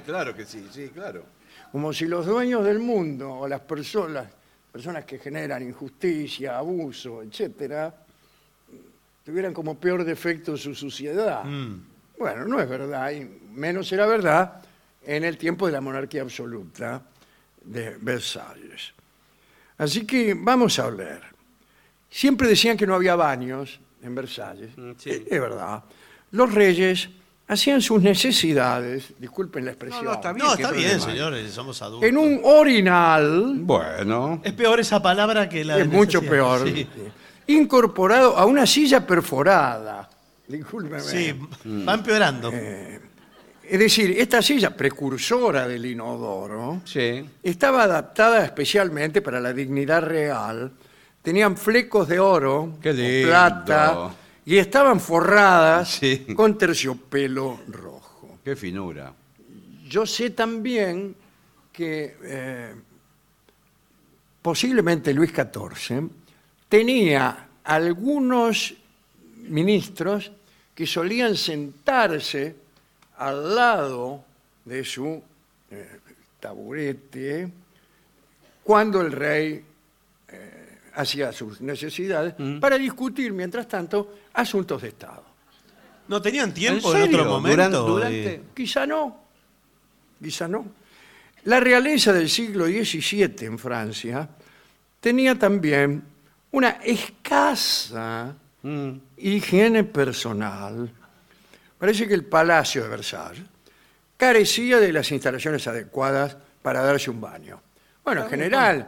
claro que sí, sí, claro. como si los dueños del mundo o las personas, personas que generan injusticia, abuso, etcétera, tuvieran como peor defecto su suciedad. Mm. Bueno, no es verdad, y menos era verdad en el tiempo de la monarquía absoluta de Versalles. Así que vamos a hablar. Mm, Siempre decían que no había baños en Versalles. Es verdad. Los reyes hacían sus necesidades, disculpen la expresión, No, no, está bien. No, ¿qué está bien, problema hay? señores, somos adultos. en un orinal, Bueno. Es peor esa palabra que la es de mucho necesidad. peor, Sí, incorporado a una silla perforada. Discúlpeme. sí, Mm. va empeorando. Eh. Es decir, esta silla precursora del inodoro Sí. estaba adaptada especialmente para la dignidad real. Tenían flecos de oro, Qué o lindo. plata, y estaban forradas Sí. con terciopelo rojo. Qué finura. Yo sé también que eh, posiblemente Luis XIV tenía algunos ministros que solían sentarse al lado de su eh, taburete cuando el rey eh, hacía sus necesidades para discutir, mientras tanto, asuntos de Estado. ¿No tenían tiempo ¿En en, otro serio? momento? eh. Duran- de- durante- Quizá no, quizá no. La realeza del siglo XVII en Francia tenía también una escasa Mm. higiene personal. Parece que el Palacio de Versalles carecía de las instalaciones adecuadas para darse un baño. Bueno, en general,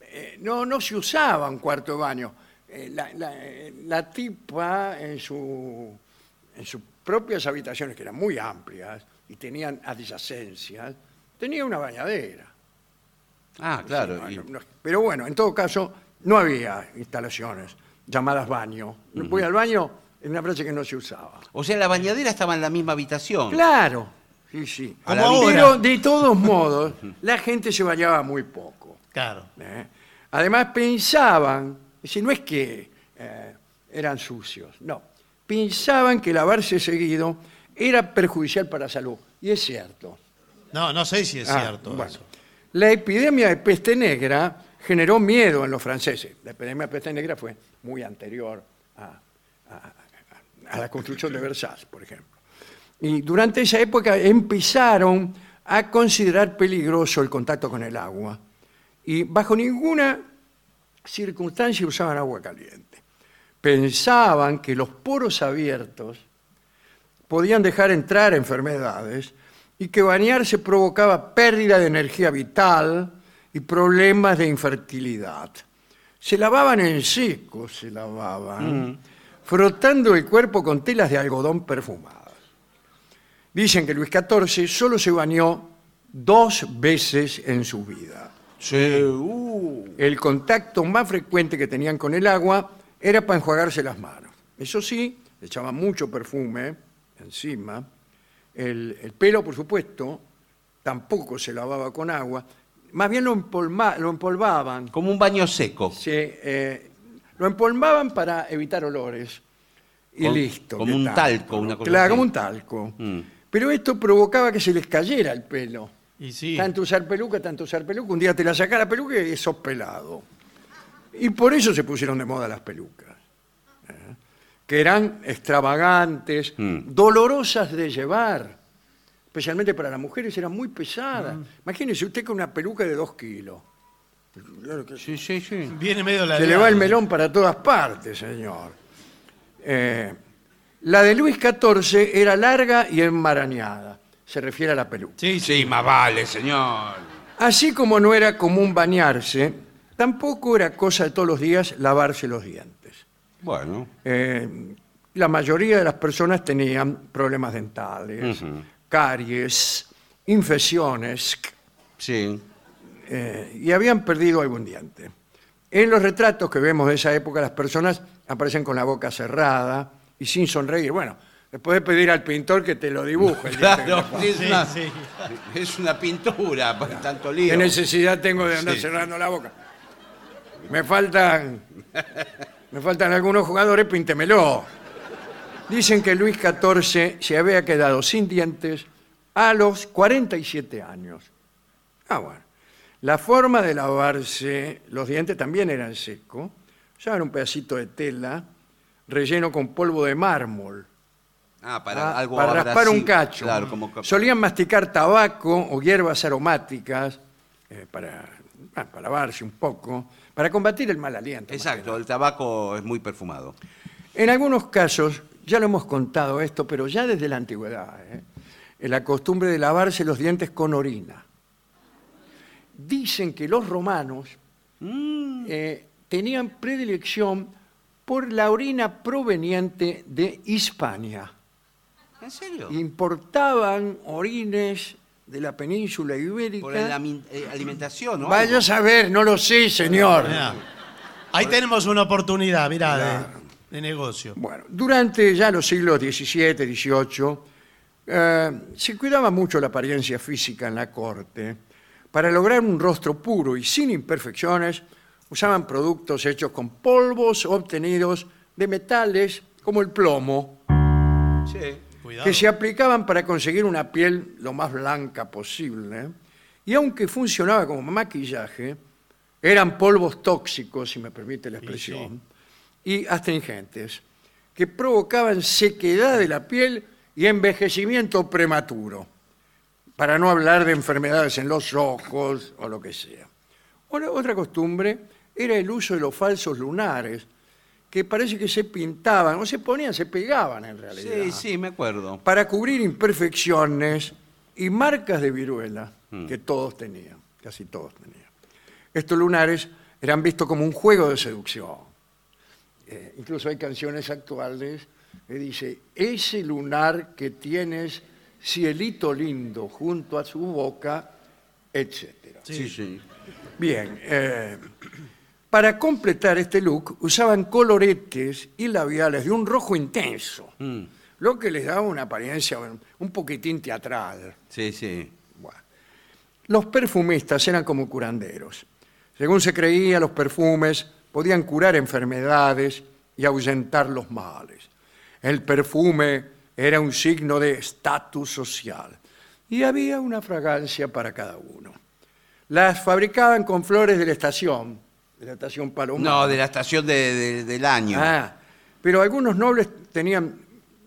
eh, no, no se usaba un cuarto de baño. Eh, la, la- eh, la tipa en, su- en sus propias habitaciones, que eran muy amplias y tenían adyacencias, tenía una bañadera. Ah, claro. Sí, y- no, no, pero bueno, en todo caso, no había instalaciones llamadas baño. No Voy al baño en una frase que no se usaba. O sea, la bañadera estaba en la misma habitación. Claro, sí, sí. A la vida. Pero de todos modos, la gente se bañaba muy poco. Claro. ¿eh? Además, pensaban, si no es que eh, eran sucios, no, pensaban que lavarse seguido era perjudicial para la salud. Y es cierto. No, no sé si es Ah, cierto bueno. eso. La epidemia de peste negra generó miedo en los franceses. La epidemia de peste negra fue muy anterior a, a- a la construcción de Versalles, por ejemplo. Y durante esa época empezaron a considerar peligroso el contacto con el agua. Y bajo ninguna circunstancia usaban agua caliente. Pensaban que los poros abiertos podían dejar entrar enfermedades y que bañarse provocaba pérdida de energía vital y problemas de infertilidad. Se lavaban en seco, se lavaban, frotando el cuerpo con telas de algodón perfumadas. Dicen que Luis XIV solo se bañó dos veces en su vida. Sí. uh. El contacto más frecuente que tenían con el agua era para enjuagarse las manos. Eso sí, le echaban mucho perfume encima. El, el pelo, por supuesto, tampoco se lavaba con agua. Más bien lo, empolma- lo empolvaban. Como un baño seco. Se, eh, lo empolvaban para evitar olores. Y Con- listo. como ¿qué un tal? talco, una cosa Claro, así. como un talco. Mm. Pero esto provocaba que se les cayera el pelo. Y sí. Tanto usar peluca, tanto usar peluca. Un día te la saca la peluca y sos pelado. Y por eso se pusieron de moda las pelucas. ¿eh? Que eran extravagantes, Mm. dolorosas de llevar. Especialmente para las mujeres, eran muy pesadas. Mm. Imagínese usted con una peluca de dos kilos. Sí, sí, sí. Viene medio la Se le va el melón para todas partes, señor. Eh, la de Luis XIV era larga y enmarañada. Se refiere a la peluca. Sí, sí. Sí, más vale, señor. Así como no era común bañarse, tampoco era cosa de todos los días lavarse los dientes. Bueno. Eh, la mayoría de las personas tenían problemas dentales, Ujú. caries, infecciones Sí. eh, y habían perdido algún diente. En los retratos que vemos de esa época, las personas aparecen con la boca cerrada y sin sonreír. Bueno, después de pedir al pintor que te lo dibuje. el diente que te Claro, falta. es, Sí, una, sí. es una pintura, para tanto lío. ¿Qué necesidad tengo de andar Sí. cerrando la boca? Me faltan. Me faltan algunos jugadores, píntemelo. Dicen que Luis XIV se había quedado sin dientes a los 47 años. Ah, bueno. La forma de lavarse los dientes también era en seco. Usaban un pedacito de tela relleno con polvo de mármol. Ah, para Ah, algo para raspar abrasivo. un cacho. Claro, como que- Solían masticar tabaco o hierbas aromáticas eh, para, ah, para lavarse un poco, para combatir el mal aliento. más que Exacto, el tabaco es muy perfumado. nada. En algunos casos ya lo hemos contado esto, pero ya desde la antigüedad, ¿eh? la costumbre de lavarse los dientes con orina. Dicen que los romanos Mm. eh, tenían predilección por la orina proveniente de Hispania. ¿En serio? Importaban orines de la península ibérica. Por la ami- eh, alimentación, ¿no? Vaya a saber, no lo sé, señor. Ah, Mirá. Ahí tenemos una oportunidad, mirá, de, de negocio. Bueno, durante ya los siglos XVII, XVIII, eh, se cuidaba mucho la apariencia física en la corte. Para lograr un rostro puro y sin imperfecciones, usaban productos hechos con polvos obtenidos de metales como el plomo, Cuidado. que se aplicaban para conseguir una piel lo más blanca posible. Y aunque funcionaba como maquillaje, eran polvos tóxicos, si me permite la expresión, y astringentes, que provocaban sequedad de la piel y envejecimiento prematuro, para no hablar de enfermedades en los ojos o lo que sea. Otra, otra costumbre era el uso de los falsos lunares, que parece que se pintaban, o se ponían, se pegaban en realidad Sí, sí, me acuerdo. para cubrir imperfecciones y marcas de viruela que todos tenían, casi todos tenían. Estos lunares eran vistos como un juego de seducción. Eh, incluso hay canciones actuales que dice, ese lunar que tienes, cielito lindo, junto a su boca, etcétera. Sí, sí. Bien. eh, para completar este look usaban coloretes y labiales de un rojo intenso, Mm, lo que les daba una apariencia un- un poquitín teatral. Sí, sí. Bueno. Los perfumistas eran como curanderos. Según se creía, los perfumes podían curar enfermedades y ahuyentar los males. El perfume era un signo de estatus social y había una fragancia para cada uno. Las fabricaban con flores de la estación, de la estación Palomar. No, de la estación de- de- del año. Ah, pero algunos nobles tenían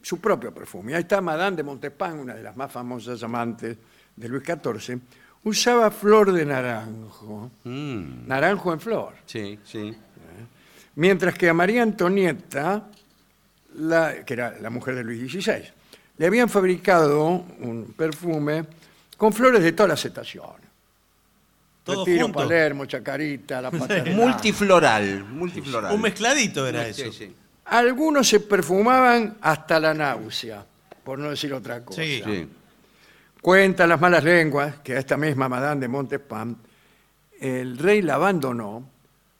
su propio perfume. Ahí está Madame de Montespan, una de las más famosas amantes de Luis XIV, usaba flor de naranjo, Mm, naranjo en flor, sí, sí. mientras que a María Antonieta, la- que era la mujer de Luis XVI, le habían fabricado un perfume con flores de todas las estaciones. Todo Retiro, junto. Palermo, Chacarita, La Paternal. Multifloral, multifloral. Un mezcladito era Sí, eso. sí. Algunos se perfumaban hasta la náusea, por no decir otra cosa. Sí. Sí. Cuentan las malas lenguas que a esta misma Madame de Montespan el rey la abandonó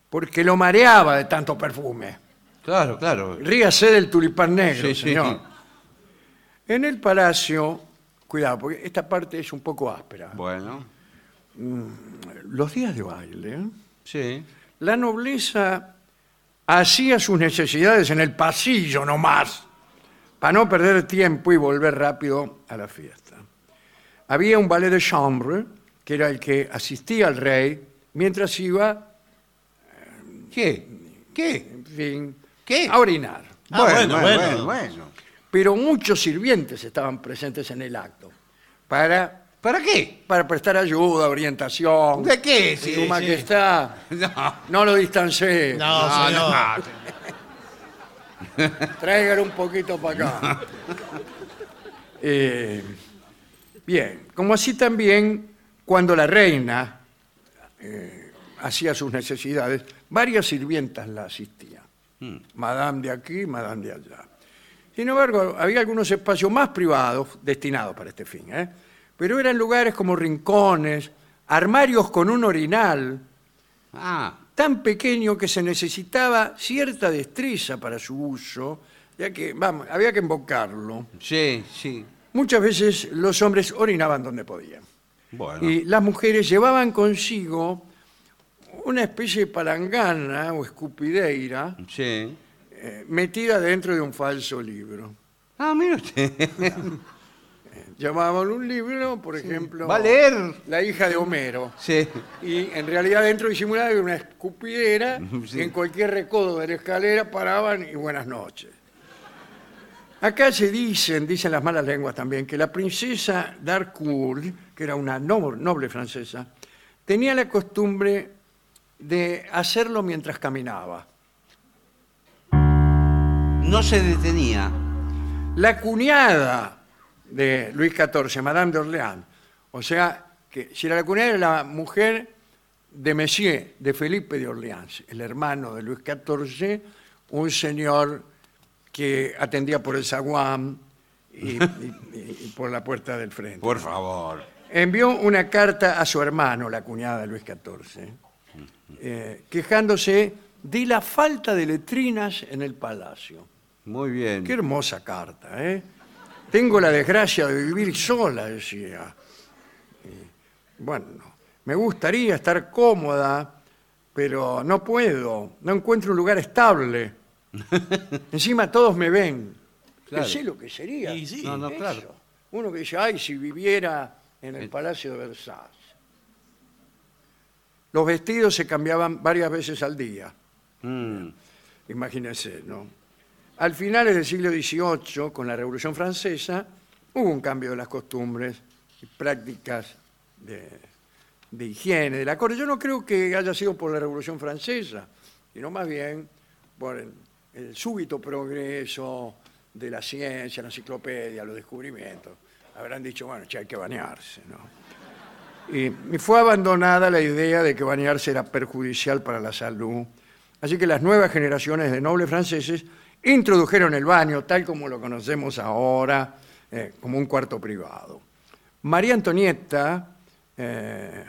porque lo mareaba de tanto perfume. Claro, claro. Ríase del tulipán negro, Sí, sí. señor. En el palacio, cuidado, porque esta parte es un poco áspera. Bueno, Los días de baile, ¿eh? sí. la nobleza hacía sus necesidades en el pasillo nomás, para no perder tiempo y volver rápido a la fiesta. Había un ballet de chambre, que era el que asistía al rey, mientras iba, eh, ¿Qué? ¿Qué? en fin, ¿Qué? a orinar. Ah, bueno, bueno. Pero muchos sirvientes estaban presentes en el acto, para, ¿Para qué? para prestar ayuda, orientación. ¿De qué? Su Sí, sí. majestad, No. no lo distancie. No, señor. Traigan un poquito para acá. Eh, bien, como así también cuando la reina eh, hacía sus necesidades, varias sirvientas la asistían. Madame de aquí, Madame de allá. Sin embargo, había algunos espacios más privados destinados para este fin, ¿eh? pero eran lugares como rincones, armarios con un orinal, Ah, tan pequeño que se necesitaba cierta destreza para su uso, ya que vamos, había que embocarlo. sí, sí. Muchas veces los hombres orinaban donde podían Bueno. y las mujeres llevaban consigo una especie de palangana o escupideira Sí. eh, metida dentro de un falso libro. Ah, mire usted. Llevaban un libro, por ejemplo, ¿Va a leer? La hija de Homero. Sí. Y en realidad dentro disimulada había una escupidera Sí. y en cualquier recodo de la escalera paraban y buenas noches. Acá se dicen, dicen las malas lenguas también, que la princesa d'Harcourt, que era una no- noble francesa, tenía la costumbre de hacerlo mientras caminaba. No se detenía. la cuñada de Luis XIV, Madame de Orleans. O sea, que si era la cuñada era la mujer de Messier, de Felipe de Orleans, el hermano de Luis XIV, un señor que atendía por el zaguán y, y- y por la puerta del frente Por favor. envió una carta a su hermano, la cuñada de Luis XIV, eh, quejándose de la falta de letrinas en el palacio. Muy bien. Qué hermosa carta, ¿eh? Tengo la desgracia de vivir sola, decía. Y, bueno, me gustaría estar cómoda, pero no puedo, no encuentro un lugar estable. Encima todos me ven. Claro. No sé lo que sería. Y sí. No, no, Eso. claro. Eh. Uno que dice, ay, si viviera en el Palacio de Versalles. Los vestidos se cambiaban varias veces al día, Mm, imagínense, ¿no? Al final del siglo XVIII, con la Revolución Francesa, hubo un cambio de las costumbres y prácticas de, de higiene de la corte. Yo no creo que haya sido por la Revolución Francesa, sino más bien por el, el súbito progreso de la ciencia, la enciclopedia, los descubrimientos. Habrán dicho, bueno, che, hay que bañarse, ¿no? Y, y fue abandonada la idea de que bañarse era perjudicial para la salud. Así que las nuevas generaciones de nobles franceses introdujeron el baño tal como lo conocemos ahora, eh, como un cuarto privado. María Antonieta eh,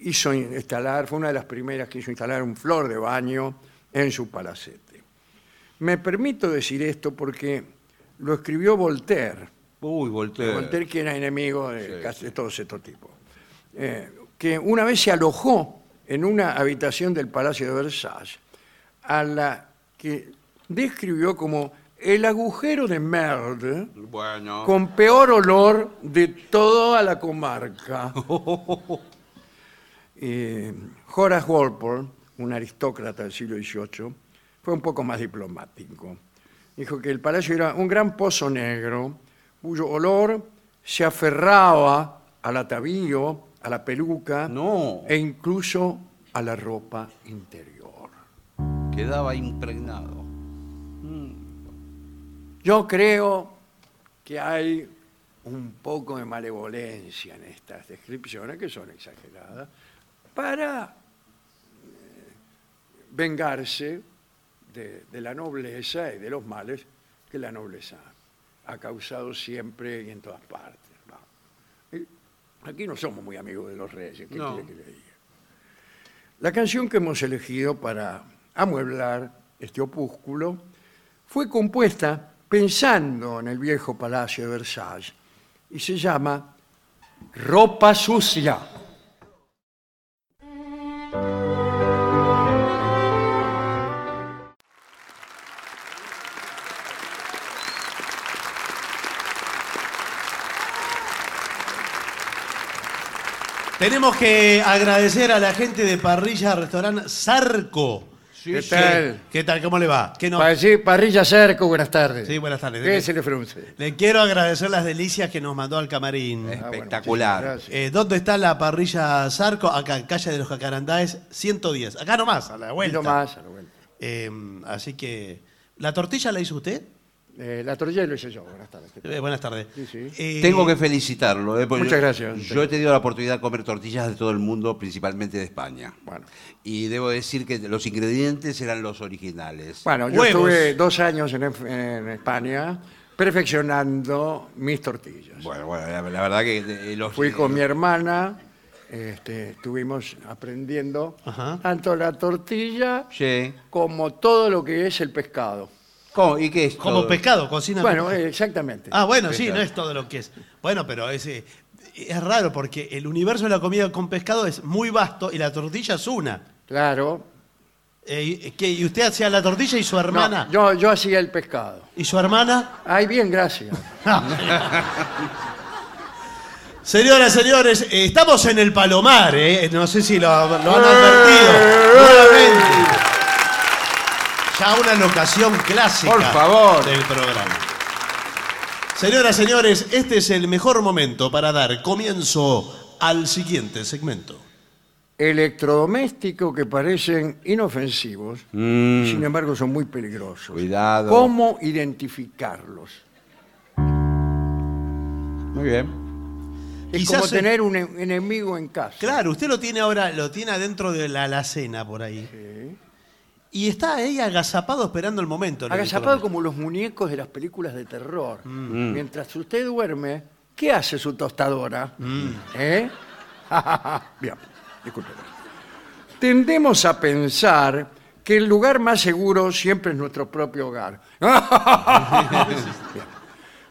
hizo instalar, fue una de las primeras que hizo instalar un flor de baño en su palacete. Me permito decir esto porque lo escribió Voltaire, Uy, Voltaire. Voltaire que era enemigo de casi todos estos tipos, eh, que una vez se alojó en una habitación del Palacio de Versalles, a la que describió como el agujero de Merde Bueno. con peor olor de toda la comarca. Eh, Horace Walpole, un aristócrata del siglo XVIII, fue un poco más diplomático. Dijo que el palacio era un gran pozo negro cuyo olor se aferraba al atavío, a la peluca No. e incluso a la ropa interior. Quedaba impregnado. Yo creo que hay un poco de malevolencia en estas descripciones, que son exageradas, para eh, vengarse de, de la nobleza y de los males que la nobleza ha causado siempre y en todas partes. ¿no? Y Aquí no somos muy amigos de los reyes, ¿qué No. quiere que le diga? La canción que hemos elegido para amueblar este opúsculo fue compuesta pensando en el viejo palacio de Versalles y se llama Ropa Sucia. Tenemos que agradecer a la gente de Parrilla Restaurant Zarco. ¿Qué tal? ¿Qué tal? ¿Cómo le va? ¿Qué nos- Parri- Parrilla Cerco, buenas tardes. Sí, buenas tardes. ¿Qué se le frunce? Le quiero agradecer las delicias que nos mandó al camarín. Ah, bueno, Espectacular. muchísimas gracias. Eh, ¿Dónde está la parrilla Zarco? Acá en Calle de los Jacarandáes 110. Acá nomás, a la Un poquito vuelta. más, a la vuelta. Eh, así que. ¿La tortilla la hizo usted? Eh, la tortilla lo hice yo, buenas tardes. Eh, buenas tardes. Sí, sí. Eh, Tengo que felicitarlo. eh, porque Muchas yo- gracias. Yo he tenido la oportunidad de comer tortillas de todo el mundo, principalmente de España. Bueno. Y debo decir que los ingredientes eran los originales. Bueno, yo Huevos. estuve dos años en, en España perfeccionando mis tortillas. Bueno, bueno, la, la verdad que eh, los. Fui con mi hermana, este, estuvimos aprendiendo Ajá. tanto la tortilla Sí. como todo lo que es el pescado. ¿Cómo? ¿Y qué es? Como todo? pescado, cocina. Bueno, eh, exactamente. Ah, bueno, sí, no es todo lo que es. Bueno, pero es, eh, es raro porque el universo de la comida con pescado es muy vasto y la tortilla es una. Claro. Eh, ¿qué? ¿Y usted hacía la tortilla y su No, hermana? yo, yo hacía el pescado. ¿Y su hermana? Ay, bien, gracias. Señoras, señores, eh, estamos en el Palomar, ¿eh? No sé si lo, lo han advertido. Nuevamente. Ya una locación clásica Por favor. del programa. Señoras, señores, este es el mejor momento para dar comienzo al siguiente segmento. Electrodomésticos que parecen inofensivos, Mm. Mm. sin embargo son muy peligrosos. Cuidado. ¿Cómo identificarlos? Muy bien. Es Quizás como es- tener un en- enemigo en casa. Claro, usted lo tiene ahora, lo tiene adentro de la alacena por ahí. Sí. Y está ahí agazapado esperando el momento. el Agazapado electrodoméstico. como los muñecos de las películas de terror. Mientras usted duerme, ¿qué hace su tostadora? ¿Eh? Bien, discúlpeme. Tendemos a pensar que el lugar más seguro siempre es nuestro propio hogar. Bien.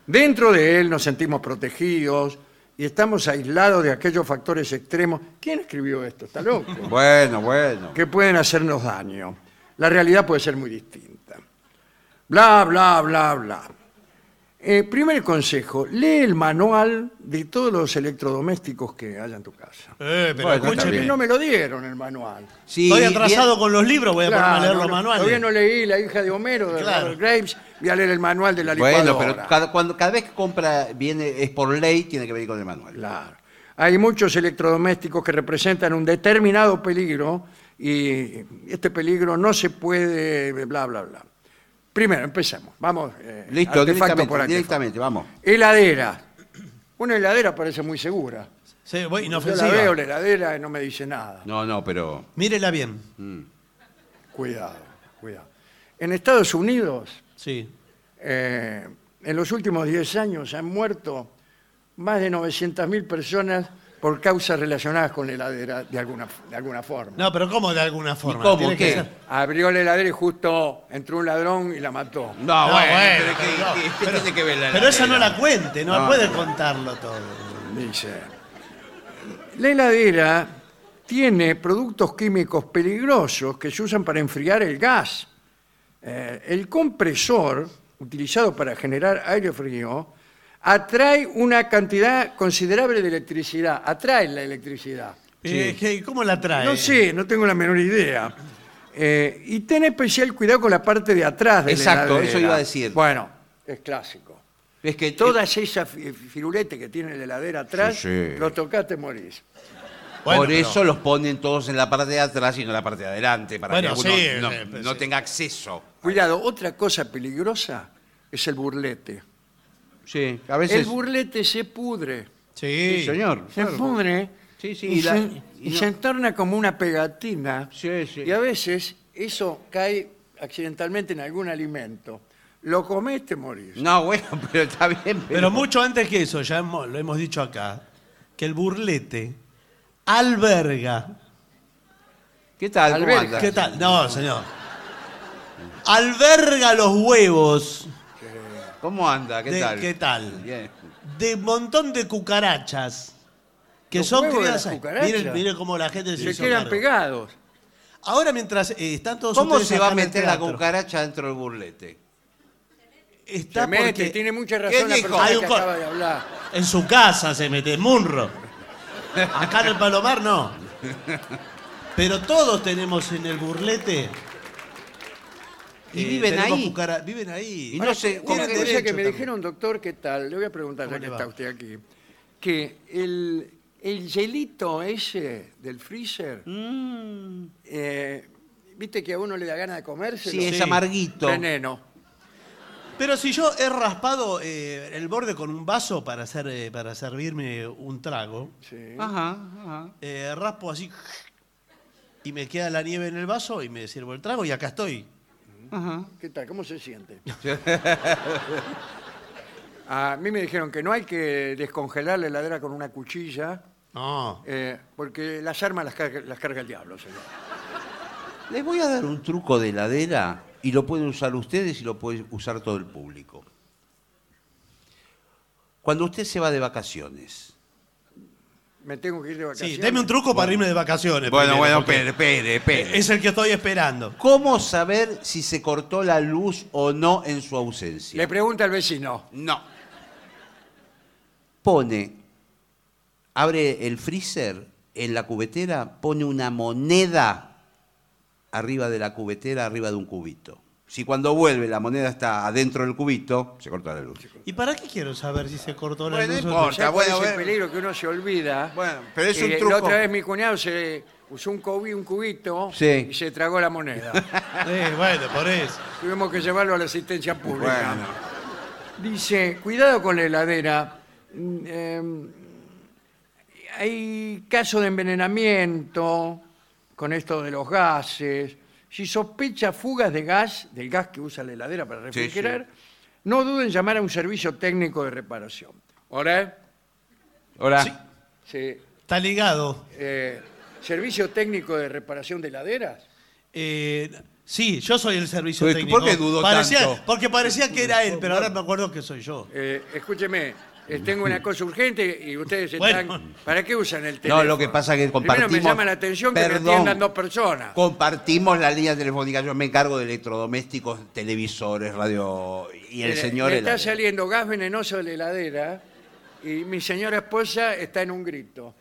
Dentro de él nos sentimos protegidos y estamos aislados de aquellos factores extremos. ¿Quién escribió esto? Está loco Bueno, bueno. que pueden hacernos daño. La realidad puede ser muy distinta. Bla, bla, bla, bla. Eh, primer consejo, lee el manual de todos los electrodomésticos que haya en tu casa. Eh, pero Bueno, está escúcheme. Porque bien. no me lo dieron el manual. Sí, Estoy bien. atrasado con los libros, voy a ponerme a Claro, leer no, los manuales. Todavía no leí La hija de Homero de Claro. Robert Graves, voy a leer el manual de la licuadora. Bueno, pero cada, cuando, cada vez que compra, viene, es por ley, tiene que venir con el manual. Claro. Hay muchos electrodomésticos que representan un determinado peligro y este peligro no se puede, bla, bla, bla. Primero, empezamos. Vamos. eh, Listo, artefacto directamente, por artefacto. directamente, vamos. Heladera. Una heladera parece muy segura. Sí, voy Yo la veo, la inofensiva. heladera, y no me dice nada. No, no, pero. Mírela bien. Cuidado, cuidado. En Estados Unidos, Sí. eh, en los últimos 10 años han muerto más de 900.000 personas por causas relacionadas con la heladera de alguna, de alguna forma. No, pero ¿cómo de alguna forma? cómo? Tiene que ¿Qué? ser- Abrió la heladera y justo entró un ladrón y la mató. No, No, bueno, bueno, pero ¿qué, pero- qué- qué tiene que ver la Pero esa no heladera? la cuente, no, No, puede no. contarlo todo. Dice, la heladera tiene productos químicos peligrosos que se usan para enfriar el gas. Eh, el compresor, utilizado para generar aire frío, atrae una cantidad considerable de electricidad, atrae la electricidad. Eh, ¿qué- ¿Cómo la trae? No sé, no tengo la menor idea. Eh, y ten especial cuidado con la parte de atrás de la Exacto, heladera. eso iba a decir. Bueno, es clásico. Es que todas. Todas esas fi- firuletes que tiene la heladera atrás, Sí, sí. lo tocaste morís. Bueno, por pero- eso los ponen todos en la parte de atrás y no en la parte de adelante, para Bueno, que alguno sí, no, eh, pues, no sí. tenga acceso. Cuidado, otra cosa peligrosa es el burlete. Sí, a El burlete se pudre. Sí. señor. Se pudre Sí, sí, y, y la- se, y y no- se entorna como una pegatina. Sí, sí. Y a veces eso cae accidentalmente en algún alimento. Lo comete morís. No, bueno, pero está bien. Pero mucho antes que eso, ya hemos- lo hemos dicho acá, que el burlete alberga. ¿Qué tal? ¿Cómo Alberca. andas? ¿Qué tal? No, señor. Alberga los huevos ¿Cómo anda? ¿Qué De- tal? ¿qué tal? Bien. de un montón de cucarachas. Que Los son huevos de criadas las ahí. cucarachas. Mire, mire cómo la gente se, Se hizo quedan cargo. pegados. Ahora mientras eh, están todos ¿Cómo ustedes se va a acá en el meter la teatro, cucaracha dentro del burlete? Está Se mete, porque tiene mucha razón la dijo? persona Hay un que cor- acaba de hablar. en su casa se mete, en Munro. Acá en el Palomar no. Pero todos tenemos en el burlete. eh, ¿Y viven tenemos ahí? cucara- viven ahí. Y no sé, Una ¿con qué cosa derecho que me también? dijeron, doctor, ¿qué tal? Le voy a preguntar, ya ¿Cómo que le va? está usted aquí, que el, el gelito ese del freezer, eh, viste que a uno le da ganas de comerse. Sí, es amarguito. Veneno. Pero si yo he raspado eh, el borde con un vaso para, hacer, eh, para servirme un trago, Sí. Ajá, ajá. eh, raspo así y me queda la nieve en el vaso y me sirvo el trago y acá estoy. ¿Qué tal? ¿Cómo se siente? a mí me dijeron que no hay que descongelar la heladera con una cuchilla, No. eh, porque las armas las carga, las carga el diablo, señor. Les voy a dar un truco de heladera y lo pueden usar ustedes y lo puede usar todo el público. Cuando usted se va de vacaciones, Me tengo que ir de vacaciones. Sí, deme un truco para irme de vacaciones. Bueno, primero, bueno, porque espere, espere, espere. Es el que estoy esperando. ¿cómo saber si se cortó la luz o no en su ausencia? Le pregunta al vecino. No. Pone, abre el freezer en la cubetera, pone una moneda arriba de la cubetera, arriba de un cubito. Si cuando vuelve la moneda está adentro del cubito, se corta la luz. ¿Y para qué quiero saber si se cortó la Bueno, luz? no o importa. ¿Sabes bueno, cuál es el bueno. peligro que uno se olvida? Bueno, pero es un Eh, truco. La otra vez mi cuñado se usó un cubi- un cubito Sí. y se tragó la moneda. Sí, bueno, por eso. Tuvimos que llevarlo a la asistencia pública. Bueno. Dice, cuidado con la heladera mm, eh, hay casos de envenenamiento con esto de los gases. Si sospecha fugas de gas, del gas que usa la heladera para Sí, sí. refrigerar, no duden en llamar a un servicio técnico de reparación. ¿Ahora? Hola. Sí. Está ligado. eh, ¿Servicio técnico de reparación de heladeras? Eh, sí, yo soy el servicio Pero, técnico. ¿por qué dudó parecía, tanto? Porque parecía que era él, pero ahora me acuerdo que soy yo. Eh, escúcheme, eh, tengo una cosa urgente y ustedes están... Bueno. ¿Para qué usan el teléfono? No, lo que pasa es que compartimos. Primero me llama la atención que me Perdón. atiendan dos personas. Compartimos la línea telefónica. Yo me encargo de electrodomésticos, televisores, radio. Y el Mire, señor. Eh, me heladero. está saliendo gas venenoso de la heladera y mi señora esposa está en un grito.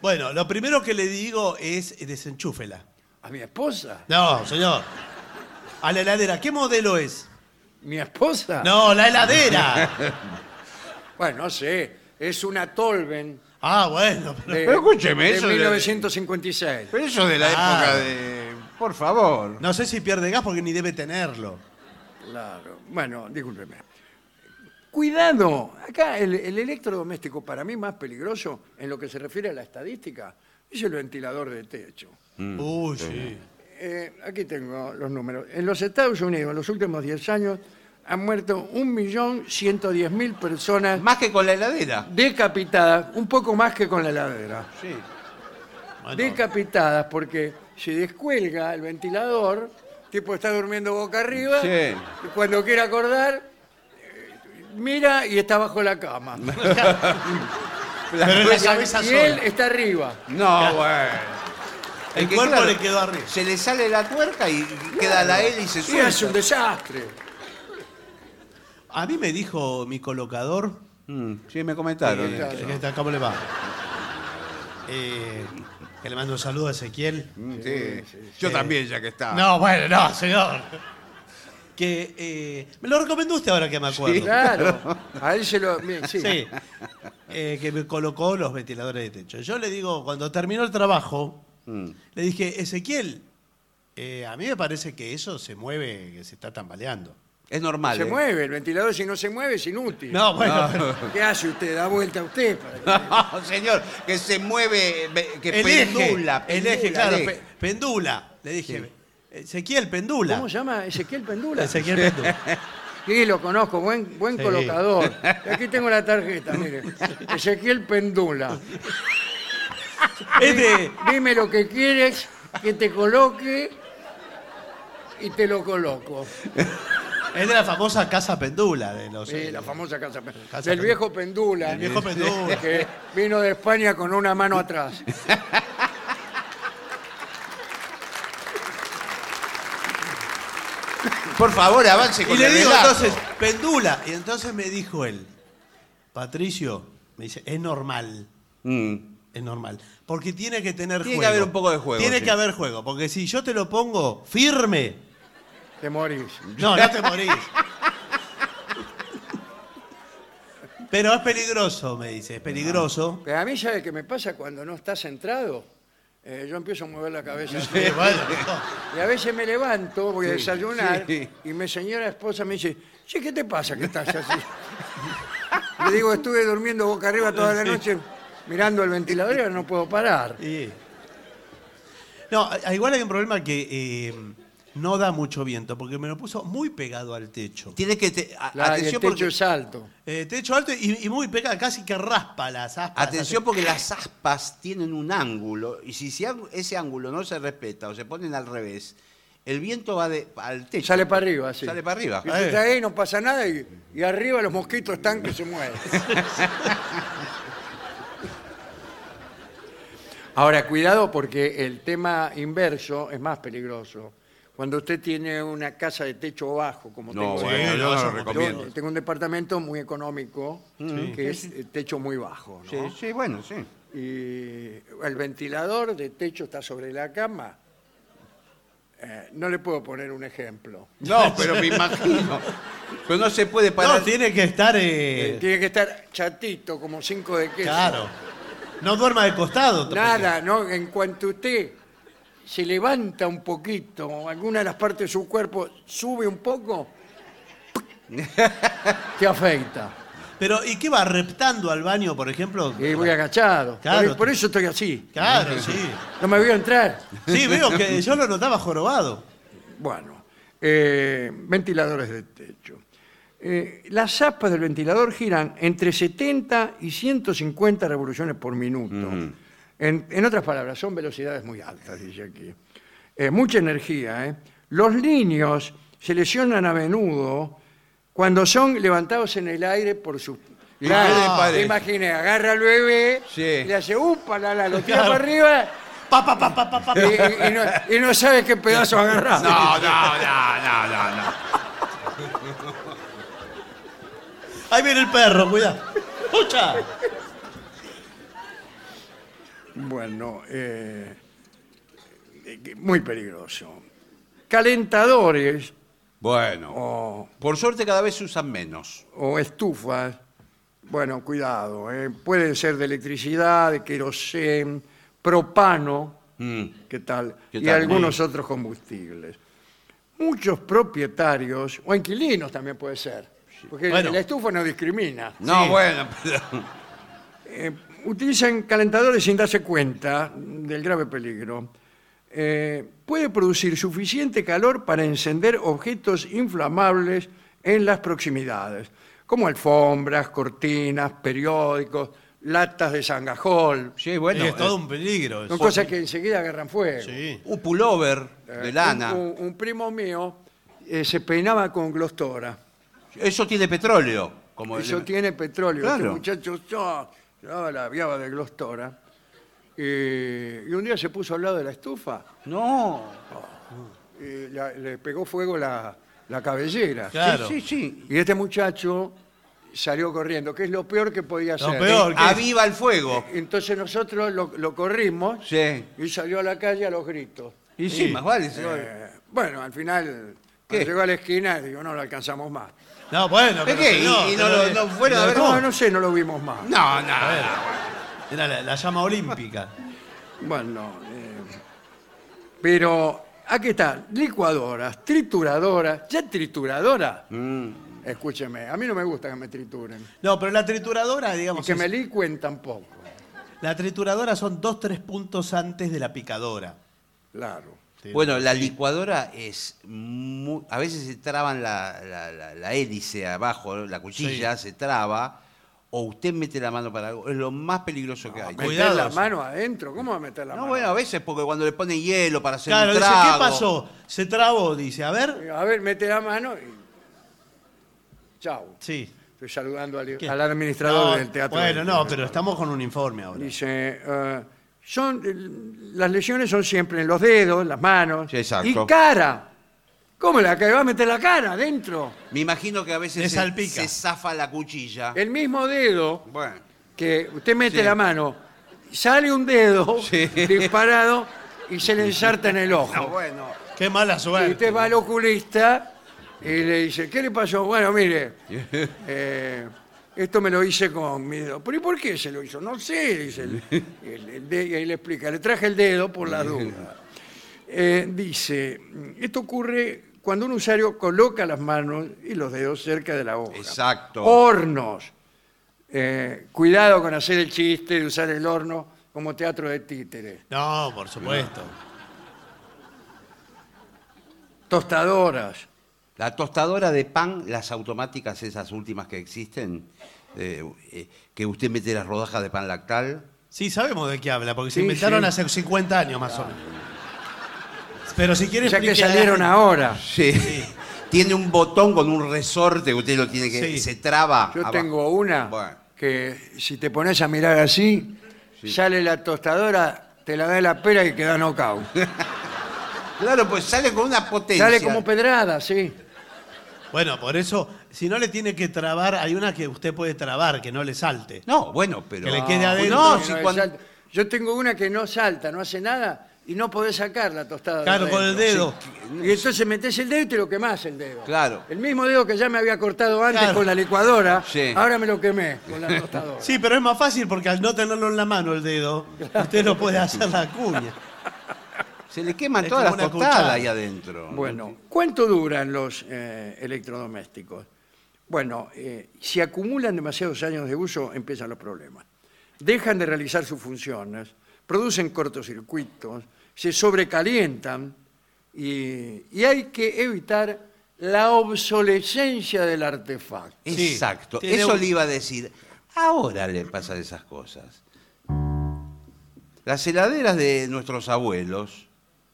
Bueno, lo primero que le digo es eh, desenchúfela. ¿A mi esposa? No, señor. A la heladera, ¿qué modelo es? ¿Mi esposa? No, la heladera. Bueno, no sé. Es una Tolven Ah, bueno. pero- de, Pero escúcheme, de eso de- 1956. Pero eso de la Claro. época de. Por favor. No sé si pierde gas porque ni debe tenerlo. Claro. Bueno, discúlpeme. Cuidado. Acá el, el electrodoméstico para mí más peligroso en lo que se refiere a la estadística es el ventilador de techo. Uy, sí. Eh, aquí tengo los números. En los Estados Unidos, en los últimos 10 años, han muerto 1.110.000 personas Más que con la heladera. decapitadas, un poco más que con la heladera. sí. Bueno, Decapitadas porque se descuelga el ventilador, tipo está durmiendo boca arriba, Sí. y cuando quiere acordar, eh, mira y está bajo la cama. pero es la cabeza y él sola. está arriba. No, bueno. El es que, cuerpo claro, le quedó arriba. Se le sale la tuerca y queda la hélice y se Sí, es un suelta. desastre. A mí me dijo mi colocador. eh, Mm, sí, me comentaron. Sí, claro. que- que- ¿Cómo le va? Eh, que le mando un saludo a Ezequiel. Mm, sí. Yo también, ya que está. No, bueno, no, señor. Que eh, me lo recomendó usted ahora que me acuerdo. Claro. A él se lo. bien, sí. Sí. Eh, que me colocó los ventiladores de techo. Yo le digo, cuando terminó el trabajo, le dije, Ezequiel, eh, a mí me parece que eso se mueve, que se está tambaleando. Es normal. Se ¿eh? mueve, el ventilador si no se mueve es inútil. No, bueno, pero ¿Qué hace usted? Da vuelta a usted. para que- No, señor, que se mueve, ve- que el eje, pendula, el pendula, eje, claro, el eje. pe- pendula. Le dije, Ezequiel, pendula. ¿Cómo se llama? Ezequiel Pendula. Ezequiel, pendula. Sí, lo conozco, buen, buen Sí. colocador. Aquí tengo la tarjeta, mire. Ezequiel Pendula. Es de- Dime lo que quieres, que te coloque y te lo coloco. es de la famosa casa pendula de los... Sí, eh, la famosa casa, Pe- Casa del Pe- viejo Pendula. El viejo Pendula. Que vino de España con una mano atrás. Por favor, avance con Y le el digo relato. entonces, pendula. Y entonces me dijo él, Patricio, me dice, es normal, Mm. es normal. Porque tiene que tener Tiene que juego. haber un poco de juego, Tiene sí. que haber juego. Porque si yo te lo pongo firme, Te morís. no, no te morís. Pero es peligroso, me dice, es peligroso. Pero a mí, ¿sabe qué me pasa cuando no está centrado? Eh, yo empiezo a mover la cabeza. así. Eh, bueno, no. Y a veces me levanto, voy a desayunar, sí. y mi señora esposa me dice, che, ¿qué te pasa que estás así? Le digo, estuve durmiendo boca arriba toda la noche mirando el ventilador y ahora no puedo parar. Y- No, a- igual hay un problema que eh, no da mucho viento, porque me lo puso muy pegado al techo. Tiene que. te- a- La, y el atención, techo porque, es alto. Eh, techo alto y, y muy pegada, casi que raspa las aspas. atención porque las aspas tienen un ángulo y si ese ángu- ese ángulo no se respeta o se ponen al revés, el viento va de- al techo. Sale para arriba, sí. Sale para arriba. Y te traes, no pasa nada y, y arriba los mosquitos están que se mueven. Ahora, cuidado porque el tema inverso es más peligroso. Cuando usted tiene una casa de techo bajo, como tengo No, yo, bueno, Sí, yo no no, lo yo- recomiendo. Yo tengo un departamento muy económico, que es eh, techo muy bajo, ¿no? Sí, sí, bueno, sí. Y el ventilador de techo está sobre la cama. Eh, no le puedo poner un ejemplo. No, pero me imagino. Pero no se puede No, parar. tiene que estar. eh, Tiene que estar chatito, como cinco de queso. claro. No duerma de costado. tampoco. Nada, ¿no? En cuanto usted se levanta un poquito, alguna de las partes de su cuerpo sube un poco, te afecta. Pero, ¿y qué va? ¿Reptando al baño, por ejemplo? Y voy agachado. Claro. Por, por eso estoy así. Claro, sí. No me voy a entrar. Sí, veo que yo lo notaba jorobado. Bueno, eh, ventiladores de techo. Eh, las aspas del ventilador giran entre 70 y 150 revoluciones por minuto. En, en otras palabras, son velocidades muy altas, dice aquí. Eh, mucha energía. ¿eh? Los niños se lesionan a menudo cuando son levantados en el aire por sus... ¿Y qué le parece? imagine, agarra al bebé, Sí. y le hace upa, la, la, lo tira Claro. para arriba Pa, pa, pa, pa, pa, pa. y, y- y no, y no sabe qué pedazo agarrar. No, no, no, no, no, no. Ahí viene el perro, cuidado. ¡Pucha! Bueno, eh, eh, muy peligroso. Calentadores Bueno, o, Por suerte cada vez se usan menos. o estufas, bueno, cuidado, eh, pueden ser de electricidad, de querosén, propano, Mm. ¿qué tal? ¿Qué y tal? algunos otros combustibles. Muchos propietarios, o inquilinos también puede ser, porque Bueno. la estufa no discrimina. No, Sí. bueno, pero- Eh, utilizan calentadores sin darse cuenta del grave peligro. Eh, puede producir suficiente calor para encender objetos inflamables en las proximidades, como alfombras, cortinas, periódicos, latas de sangajol. Sí, bueno. es todo eh, un peligro. Son eso. cosas que enseguida agarran fuego. Sí. un pullover Eh, de lana. Un, un primo mío eh, se peinaba con glostora. Eso tiene petróleo. Como Eso el- tiene petróleo. Claro. Este muchacho yo, yo la viaba de Glostora. eh, Y, y un día se puso al lado de la estufa No. y la- le pegó fuego la, la cabellera. Claro. Sí, sí, sí. Y este muchacho salió corriendo, que es lo peor que podía Lo hacer. peor. ¿Por qué? Aviva el fuego. Entonces nosotros lo, lo corrimos Sí. y salió a la calle a los gritos. Y sí, más vale. señor. Eh, bueno, al final, ¿Qué? cuando llegó a la esquina, digo, no lo alcanzamos más. No, bueno. ¿Es pero qué? señor, ¿Y- y no pero lo- bien. no fueron a ver? No, ¿Cómo? no sé, no lo vimos más. No, A ver, no. Era la, la llama olímpica. Bueno, eh, pero aquí está, licuadoras, trituradoras, ya trituradora. Escúcheme, a mí no me gusta que me trituren. Mm. No, pero la trituradora, Y digamos. que es- me licuen tampoco, La trituradora son dos, tres puntos antes de la picadora. claro. Bueno, la licuadora es mu- a veces se traban la, la- la- la hélice abajo, la cuchilla se traba, o usted mete la mano para algo, es lo más peligroso que hay. Meter cuidado, la sí. mano adentro, ¿cómo va a meter la No, mano? bueno, a veces porque cuando le ponen hielo para hacer Claro, un dice, trago. ¿qué pasó? Se trabó, dice. A ver. A ver, mete la mano y... Chau. Sí. Estoy saludando al, ¿Qué? al administrador No, del teatro. Bueno, del- no, pero estamos con un informe ahora. Dice, eh, son, las lesiones son siempre en los dedos, las manos Sí, exacto. y cara. ¿Cómo la que va a meter la cara dentro? Me imagino que a veces Le se, salpica. se zafa la cuchilla. El mismo dedo Bueno, que usted mete Sí. la mano, sale un dedo Sí. disparado y se le ensarta en el ojo. no, bueno. Qué mala y suerte. usted va al oculista y le dice, ¿qué le pasó? Bueno, mire, eh, esto me lo hice con mi dedo. ¿Pero y por qué se lo hizo? No sé, dice el, el- el de- y ahí le explica, le traje el dedo por la duda. Eh, dice, esto ocurre cuando un usuario coloca las manos y los dedos cerca de la boca. Exacto. Hornos. Eh, cuidado con hacer el chiste de usar el horno como teatro de títeres. No, por supuesto. Tostadoras. La tostadora de pan, las automáticas, esas últimas que existen, eh, eh, que usted mete las rodajas de pan lactal. Sí, sabemos de qué habla, porque se Sí, inventaron sí. hace 50 años más o menos. Pero si quiere Ya que explique a la salieron gente- ahora. Sí. Tiene un botón con un resorte que usted lo tiene que. Sí. Se traba. Yo abajo. tengo una Bueno. que si te pones a mirar así, sale la tostadora, te la da la pera y queda knockout. Claro, pues sale con una potencia. Sale como pedrada, sí. Bueno, por eso, si no le tiene que trabar, hay una que usted puede trabar, que no le salte. No, bueno, pero. Que le quede adentro. No, Porque si no cuando- salta. Yo tengo una que no salta, no hace nada y no podés sacar la tostada. Claro, de con el adentro. dedo. Sí. Y entonces metés el dedo y te lo quemás el dedo. Claro. El mismo dedo que ya me había cortado antes Claro. con la licuadora, Sí. ahora me lo quemé con la tostadora. Sí, pero es más fácil porque al no tenerlo en la mano el dedo, usted no puede hacer la cuña. Se le queman Es todas las como una tostadas cuchara. ahí adentro. Bueno, ¿cuánto duran los eh, electrodomésticos? Bueno, eh, si acumulan demasiados años de uso, empiezan los problemas. Dejan de realizar sus funciones, producen cortocircuitos, se sobrecalientan y, y hay que evitar la obsolescencia del artefacto. Sí, Exacto. tiene Eso un- le iba a decir. Ahora le pasan esas cosas. Las heladeras de nuestros abuelos.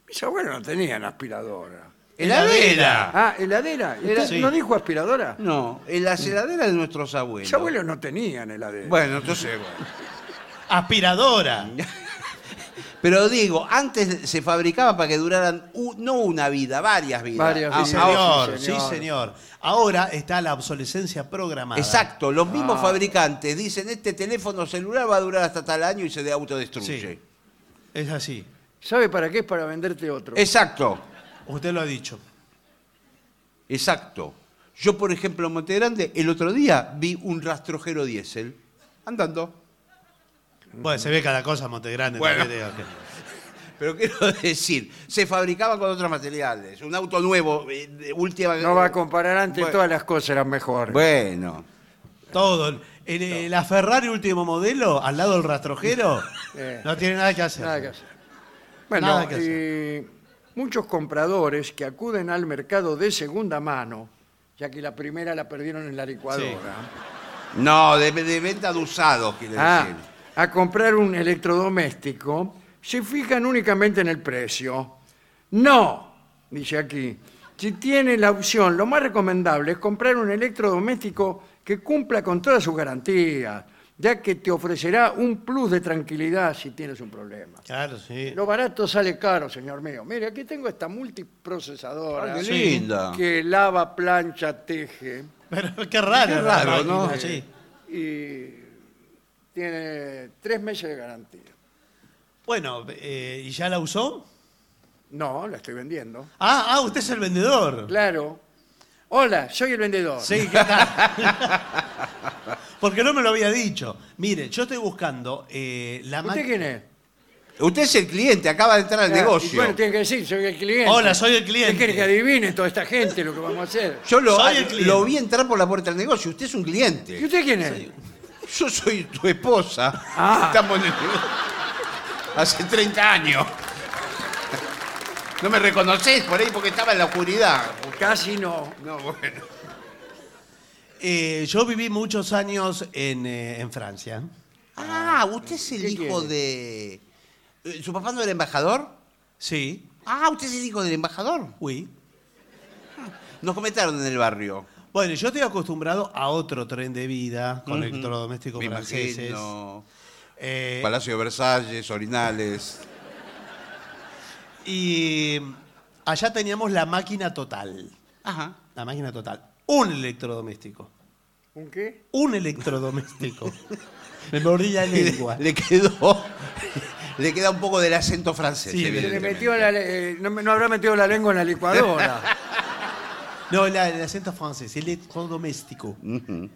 Mis abuelos no tenían aspiradora. ¡Heladera! Ah, heladera. ¿Usted Sí. ¿No dijo aspiradora? No, en las heladeras de nuestros abuelos. Mis abuelos no tenían heladera. Bueno, entonces, bueno. Aspiradora. Pero digo, antes se fabricaba para que duraran u- no una vida, varias vidas. Varias Ah, Sí, Ah, ah, señor, sí, sí, señor. señor. Ahora está la obsolescencia programada. ah, Exacto, los mismos Ah. fabricantes dicen, este teléfono celular va a durar hasta tal año y se de- autodestruye. Sí. Es así. ¿Sabe para qué? Es para venderte otro. Exacto, Usted lo ha dicho. exacto. Yo, por ejemplo, en Monte Grande, el otro día vi un rastrojero diésel andando. Bueno, se ve cada cosa en Monte Grande. Bueno. también eh, digo que- Pero quiero decir, se fabricaba con otros materiales. Un auto nuevo, eh, de última... No va a comparar antes, Bueno. todas las cosas eran mejores. Bueno, Todo. El- el- La Ferrari último modelo, al lado del rastrojero, Eh. no tiene nada que hacer. Nada que hacer. Bueno, Nada que hacer. eh, muchos compradores que acuden al mercado de segunda mano, ya que la primera la perdieron en la licuadora, no, de, de venta de usados, quiere ah, decir. a comprar un electrodoméstico, se fijan únicamente en el precio. No, dice aquí, si tiene la opción, lo más recomendable es comprar un electrodoméstico que cumpla con todas sus garantías, ya que te ofrecerá un plus de tranquilidad si tienes un problema. Claro, sí. Lo barato sale caro, señor mío. Mire, aquí tengo esta multiprocesadora Ah, qué linda. que lava, plancha, teje Pero qué raro. Qué la raro, máquina, ¿no? sí. y tiene tres meses de garantía. Bueno, eh, ¿y ya la usó? No, la estoy vendiendo. Ah, ah, usted es el vendedor. Claro. Hola, soy el vendedor. Sí, ¿qué tal? Porque no me lo había dicho. Mire, yo estoy buscando eh, la ¿Usted máquina. quién es? Usted es el cliente, acaba de entrar al Ah, y negocio. Bueno, tiene que decir, soy el cliente. Hola, soy el cliente. ¿Qué quiere que adivine toda esta gente lo que vamos a hacer? Yo lo, Soy el cliente. lo vi entrar por la puerta del negocio. Usted es un ¿Y cliente. usted quién es? Yo soy tu esposa. Ah. Estamos en el negocio. Hace 30 años. No me reconocés por ahí porque estaba en la oscuridad. Casi no. No, bueno. Eh, yo viví muchos años en, eh, en Francia. Ah, usted es el ¿Qué hijo quiere? de. eh, ¿Su papá no era embajador? Sí, Ah, usted es el hijo del embajador. oui. Nos comentaron en el barrio. Bueno, yo estoy acostumbrado a otro tren de vida con electrodomésticos Me franceses. imagino. Eh, Palacio de Versalles, Orinales. y mm, allá teníamos la máquina total. Ajá. La máquina total. Un electrodoméstico. ¿Un qué? Un electrodoméstico. Me mordí la Le- lengua. Le quedó. Le queda un poco del acento francés. Sí, se le Se le evidentemente. metió la le- eh, no, me- no habrá metido la lengua en la licuadora. No, la- el acento francés, el electrodoméstico. Ujú.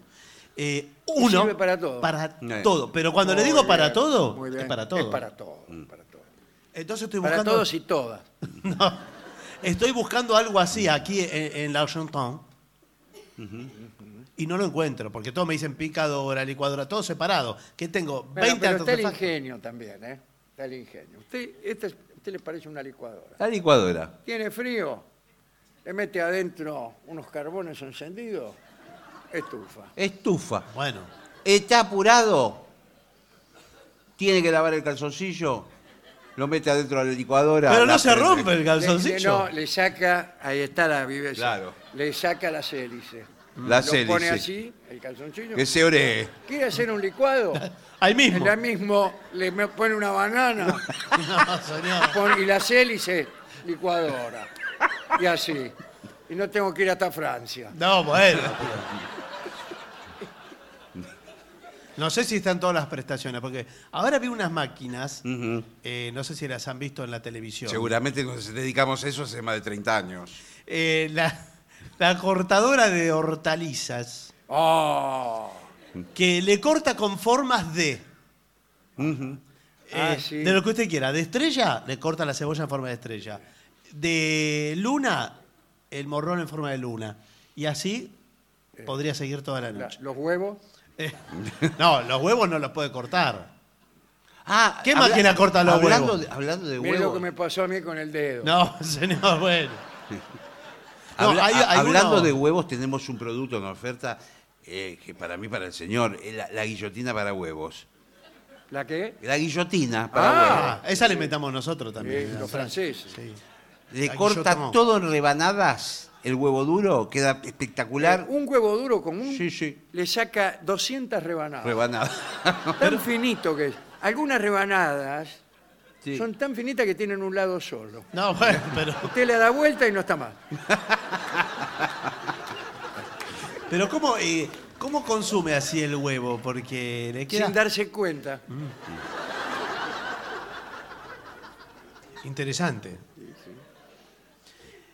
Eh, uno. Sirve para todo. Para Eh. todo. Pero cuando le Muy digo para bien, todo, muy es bien. para todo. Es para todo. Para, todo. Entonces estoy Para buscando. todos y todas. No. Estoy buscando algo así aquí en, en la Argentin. Y no lo encuentro, porque todos me dicen picadora, licuadora, todo separado. ¿Qué tengo? Bueno, 20 pero está el artefactos. ingenio también, ¿eh? Está el ingenio. Usted, esta es- usted le parece una licuadora. La licuadora. Tiene frío, le mete adentro unos carbones encendidos, estufa. Estufa. Bueno, Está apurado. Tiene que lavar el calzoncillo. Lo mete adentro de la licuadora. pero La no se prende. rompe el Le- Le, calzoncillo. no, le saca, ahí está la viveza. Claro. Le saca las hélices. Las Lo pone hélices. así, el calzoncillo. Que se ore. ¿Quiere hacer un licuado? Ahí En mismo. la mismo le me- pone una banana. No, señor. Pon- y las hélices, licuadora. Y así. Y no tengo que ir hasta Francia. No, bueno. tío. No sé si están todas las prestaciones, porque ahora vi unas máquinas, Ujú. eh, no sé si las han visto en la televisión. Seguramente nos dedicamos a eso hace más de 30 años. Eh, la, la cortadora de hortalizas. ¡Oh! que le corta con formas de. Eh, Ah, sí. De lo que usted quiera. De estrella, le corta la cebolla en forma de estrella. De luna, el morrón en forma de luna. Y así Podría seguir toda la la- noche. los huevos. Eh, no, los huevos no los puede cortar. Ah, ¿Qué máquina corta los hablando huevos? De, hablando de Mire lo que huevos. me pasó a mí con el dedo. No, señor, bueno. No, Habla- hay- a- hay hablando uno- de huevos, tenemos un producto en oferta eh, que para mí, para el señor, es la, la guillotina para huevos. ¿La qué? La guillotina para Ah. huevos. Ah, esa la inventamos nosotros también. Eh, la los Fran- franceses. Sí. Le La corta guillotina. todo en rebanadas el huevo duro, queda Eh, espectacular. Un huevo duro con uh. un... Sí, sí. Le saca 200 rebanadas. Rebanada. tan finito que es. Algunas rebanadas son tan finitas que tienen un lado solo. No, bueno, pero, Usted le da vuelta y no está mal. pero ¿cómo, eh, ¿cómo consume así el huevo? Porque le queda Sin darse cuenta. interesante.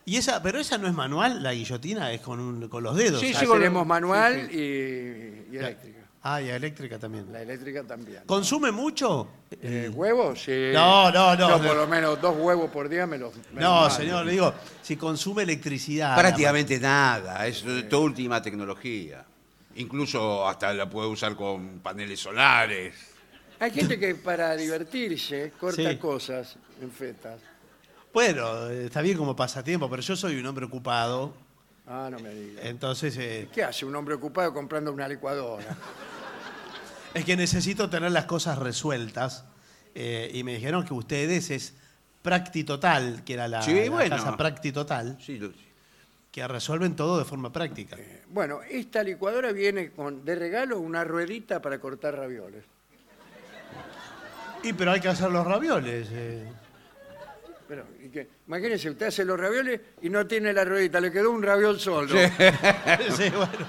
Y esa, pero esa no es manual, la guillotina es con, un- con los dedos. Sí, La sí, con- tenemos manual Y, y eléctrica. Ah, y eléctrica también. La eléctrica también. ¿Consume mucho? Eh, ¿Huevos? Sí. No, no, no. Yo por lo menos dos huevos por día me los... me los No, mando. señor, le digo, si consume electricidad. Prácticamente nada, es toda última tecnología. Incluso hasta la puede usar con paneles solares. Hay gente que para divertirse corta Sí. cosas en fetas. Bueno, eh, está bien como pasatiempo, pero yo soy un hombre ocupado, Ah, no me digas. entonces eh, ¿Qué hace un hombre ocupado comprando una licuadora? es que necesito tener las cosas resueltas. eh, y me dijeron que ustedes es Practi Total, que era la, Sí, la bueno. casa Practi Total, Sí, lo- que resuelven todo de forma práctica. Bueno, esta licuadora viene con, de regalo una ruedita para cortar ravioles. Y pero hay que hacer los ravioles. eh. Pero, ¿y qué? imagínese, usted hace los ravioles y no tiene la ruedita, le quedó un raviol solo. sí, bueno.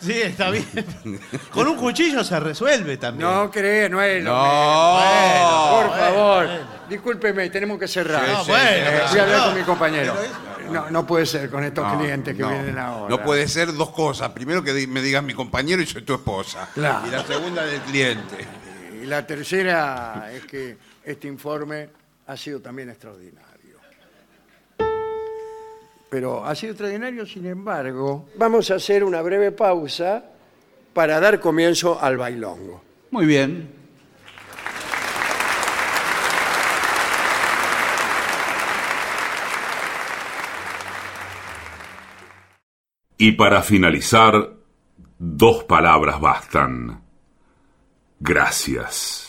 Sí, está bien. Con un cuchillo se resuelve también. No cree, no es. lo No, mismo. Por bueno, favor, bueno. discúlpeme, tenemos que cerrar. Eh, No, Sí, bueno, sí, pero Voy a hablar no. con mi compañero. Pero es- No, no puede ser con estos no, clientes que no. vienen ahora. No puede ser dos cosas. Primero que di- me digas mi compañero y soy tu esposa. Claro. Y la segunda del cliente. Y la tercera es que este informe ha sido también extraordinario. Pero ha sido extraordinario, sin embargo. Vamos a hacer una breve pausa para dar comienzo al bailongo. Muy bien. Y para finalizar, dos palabras bastan. Gracias.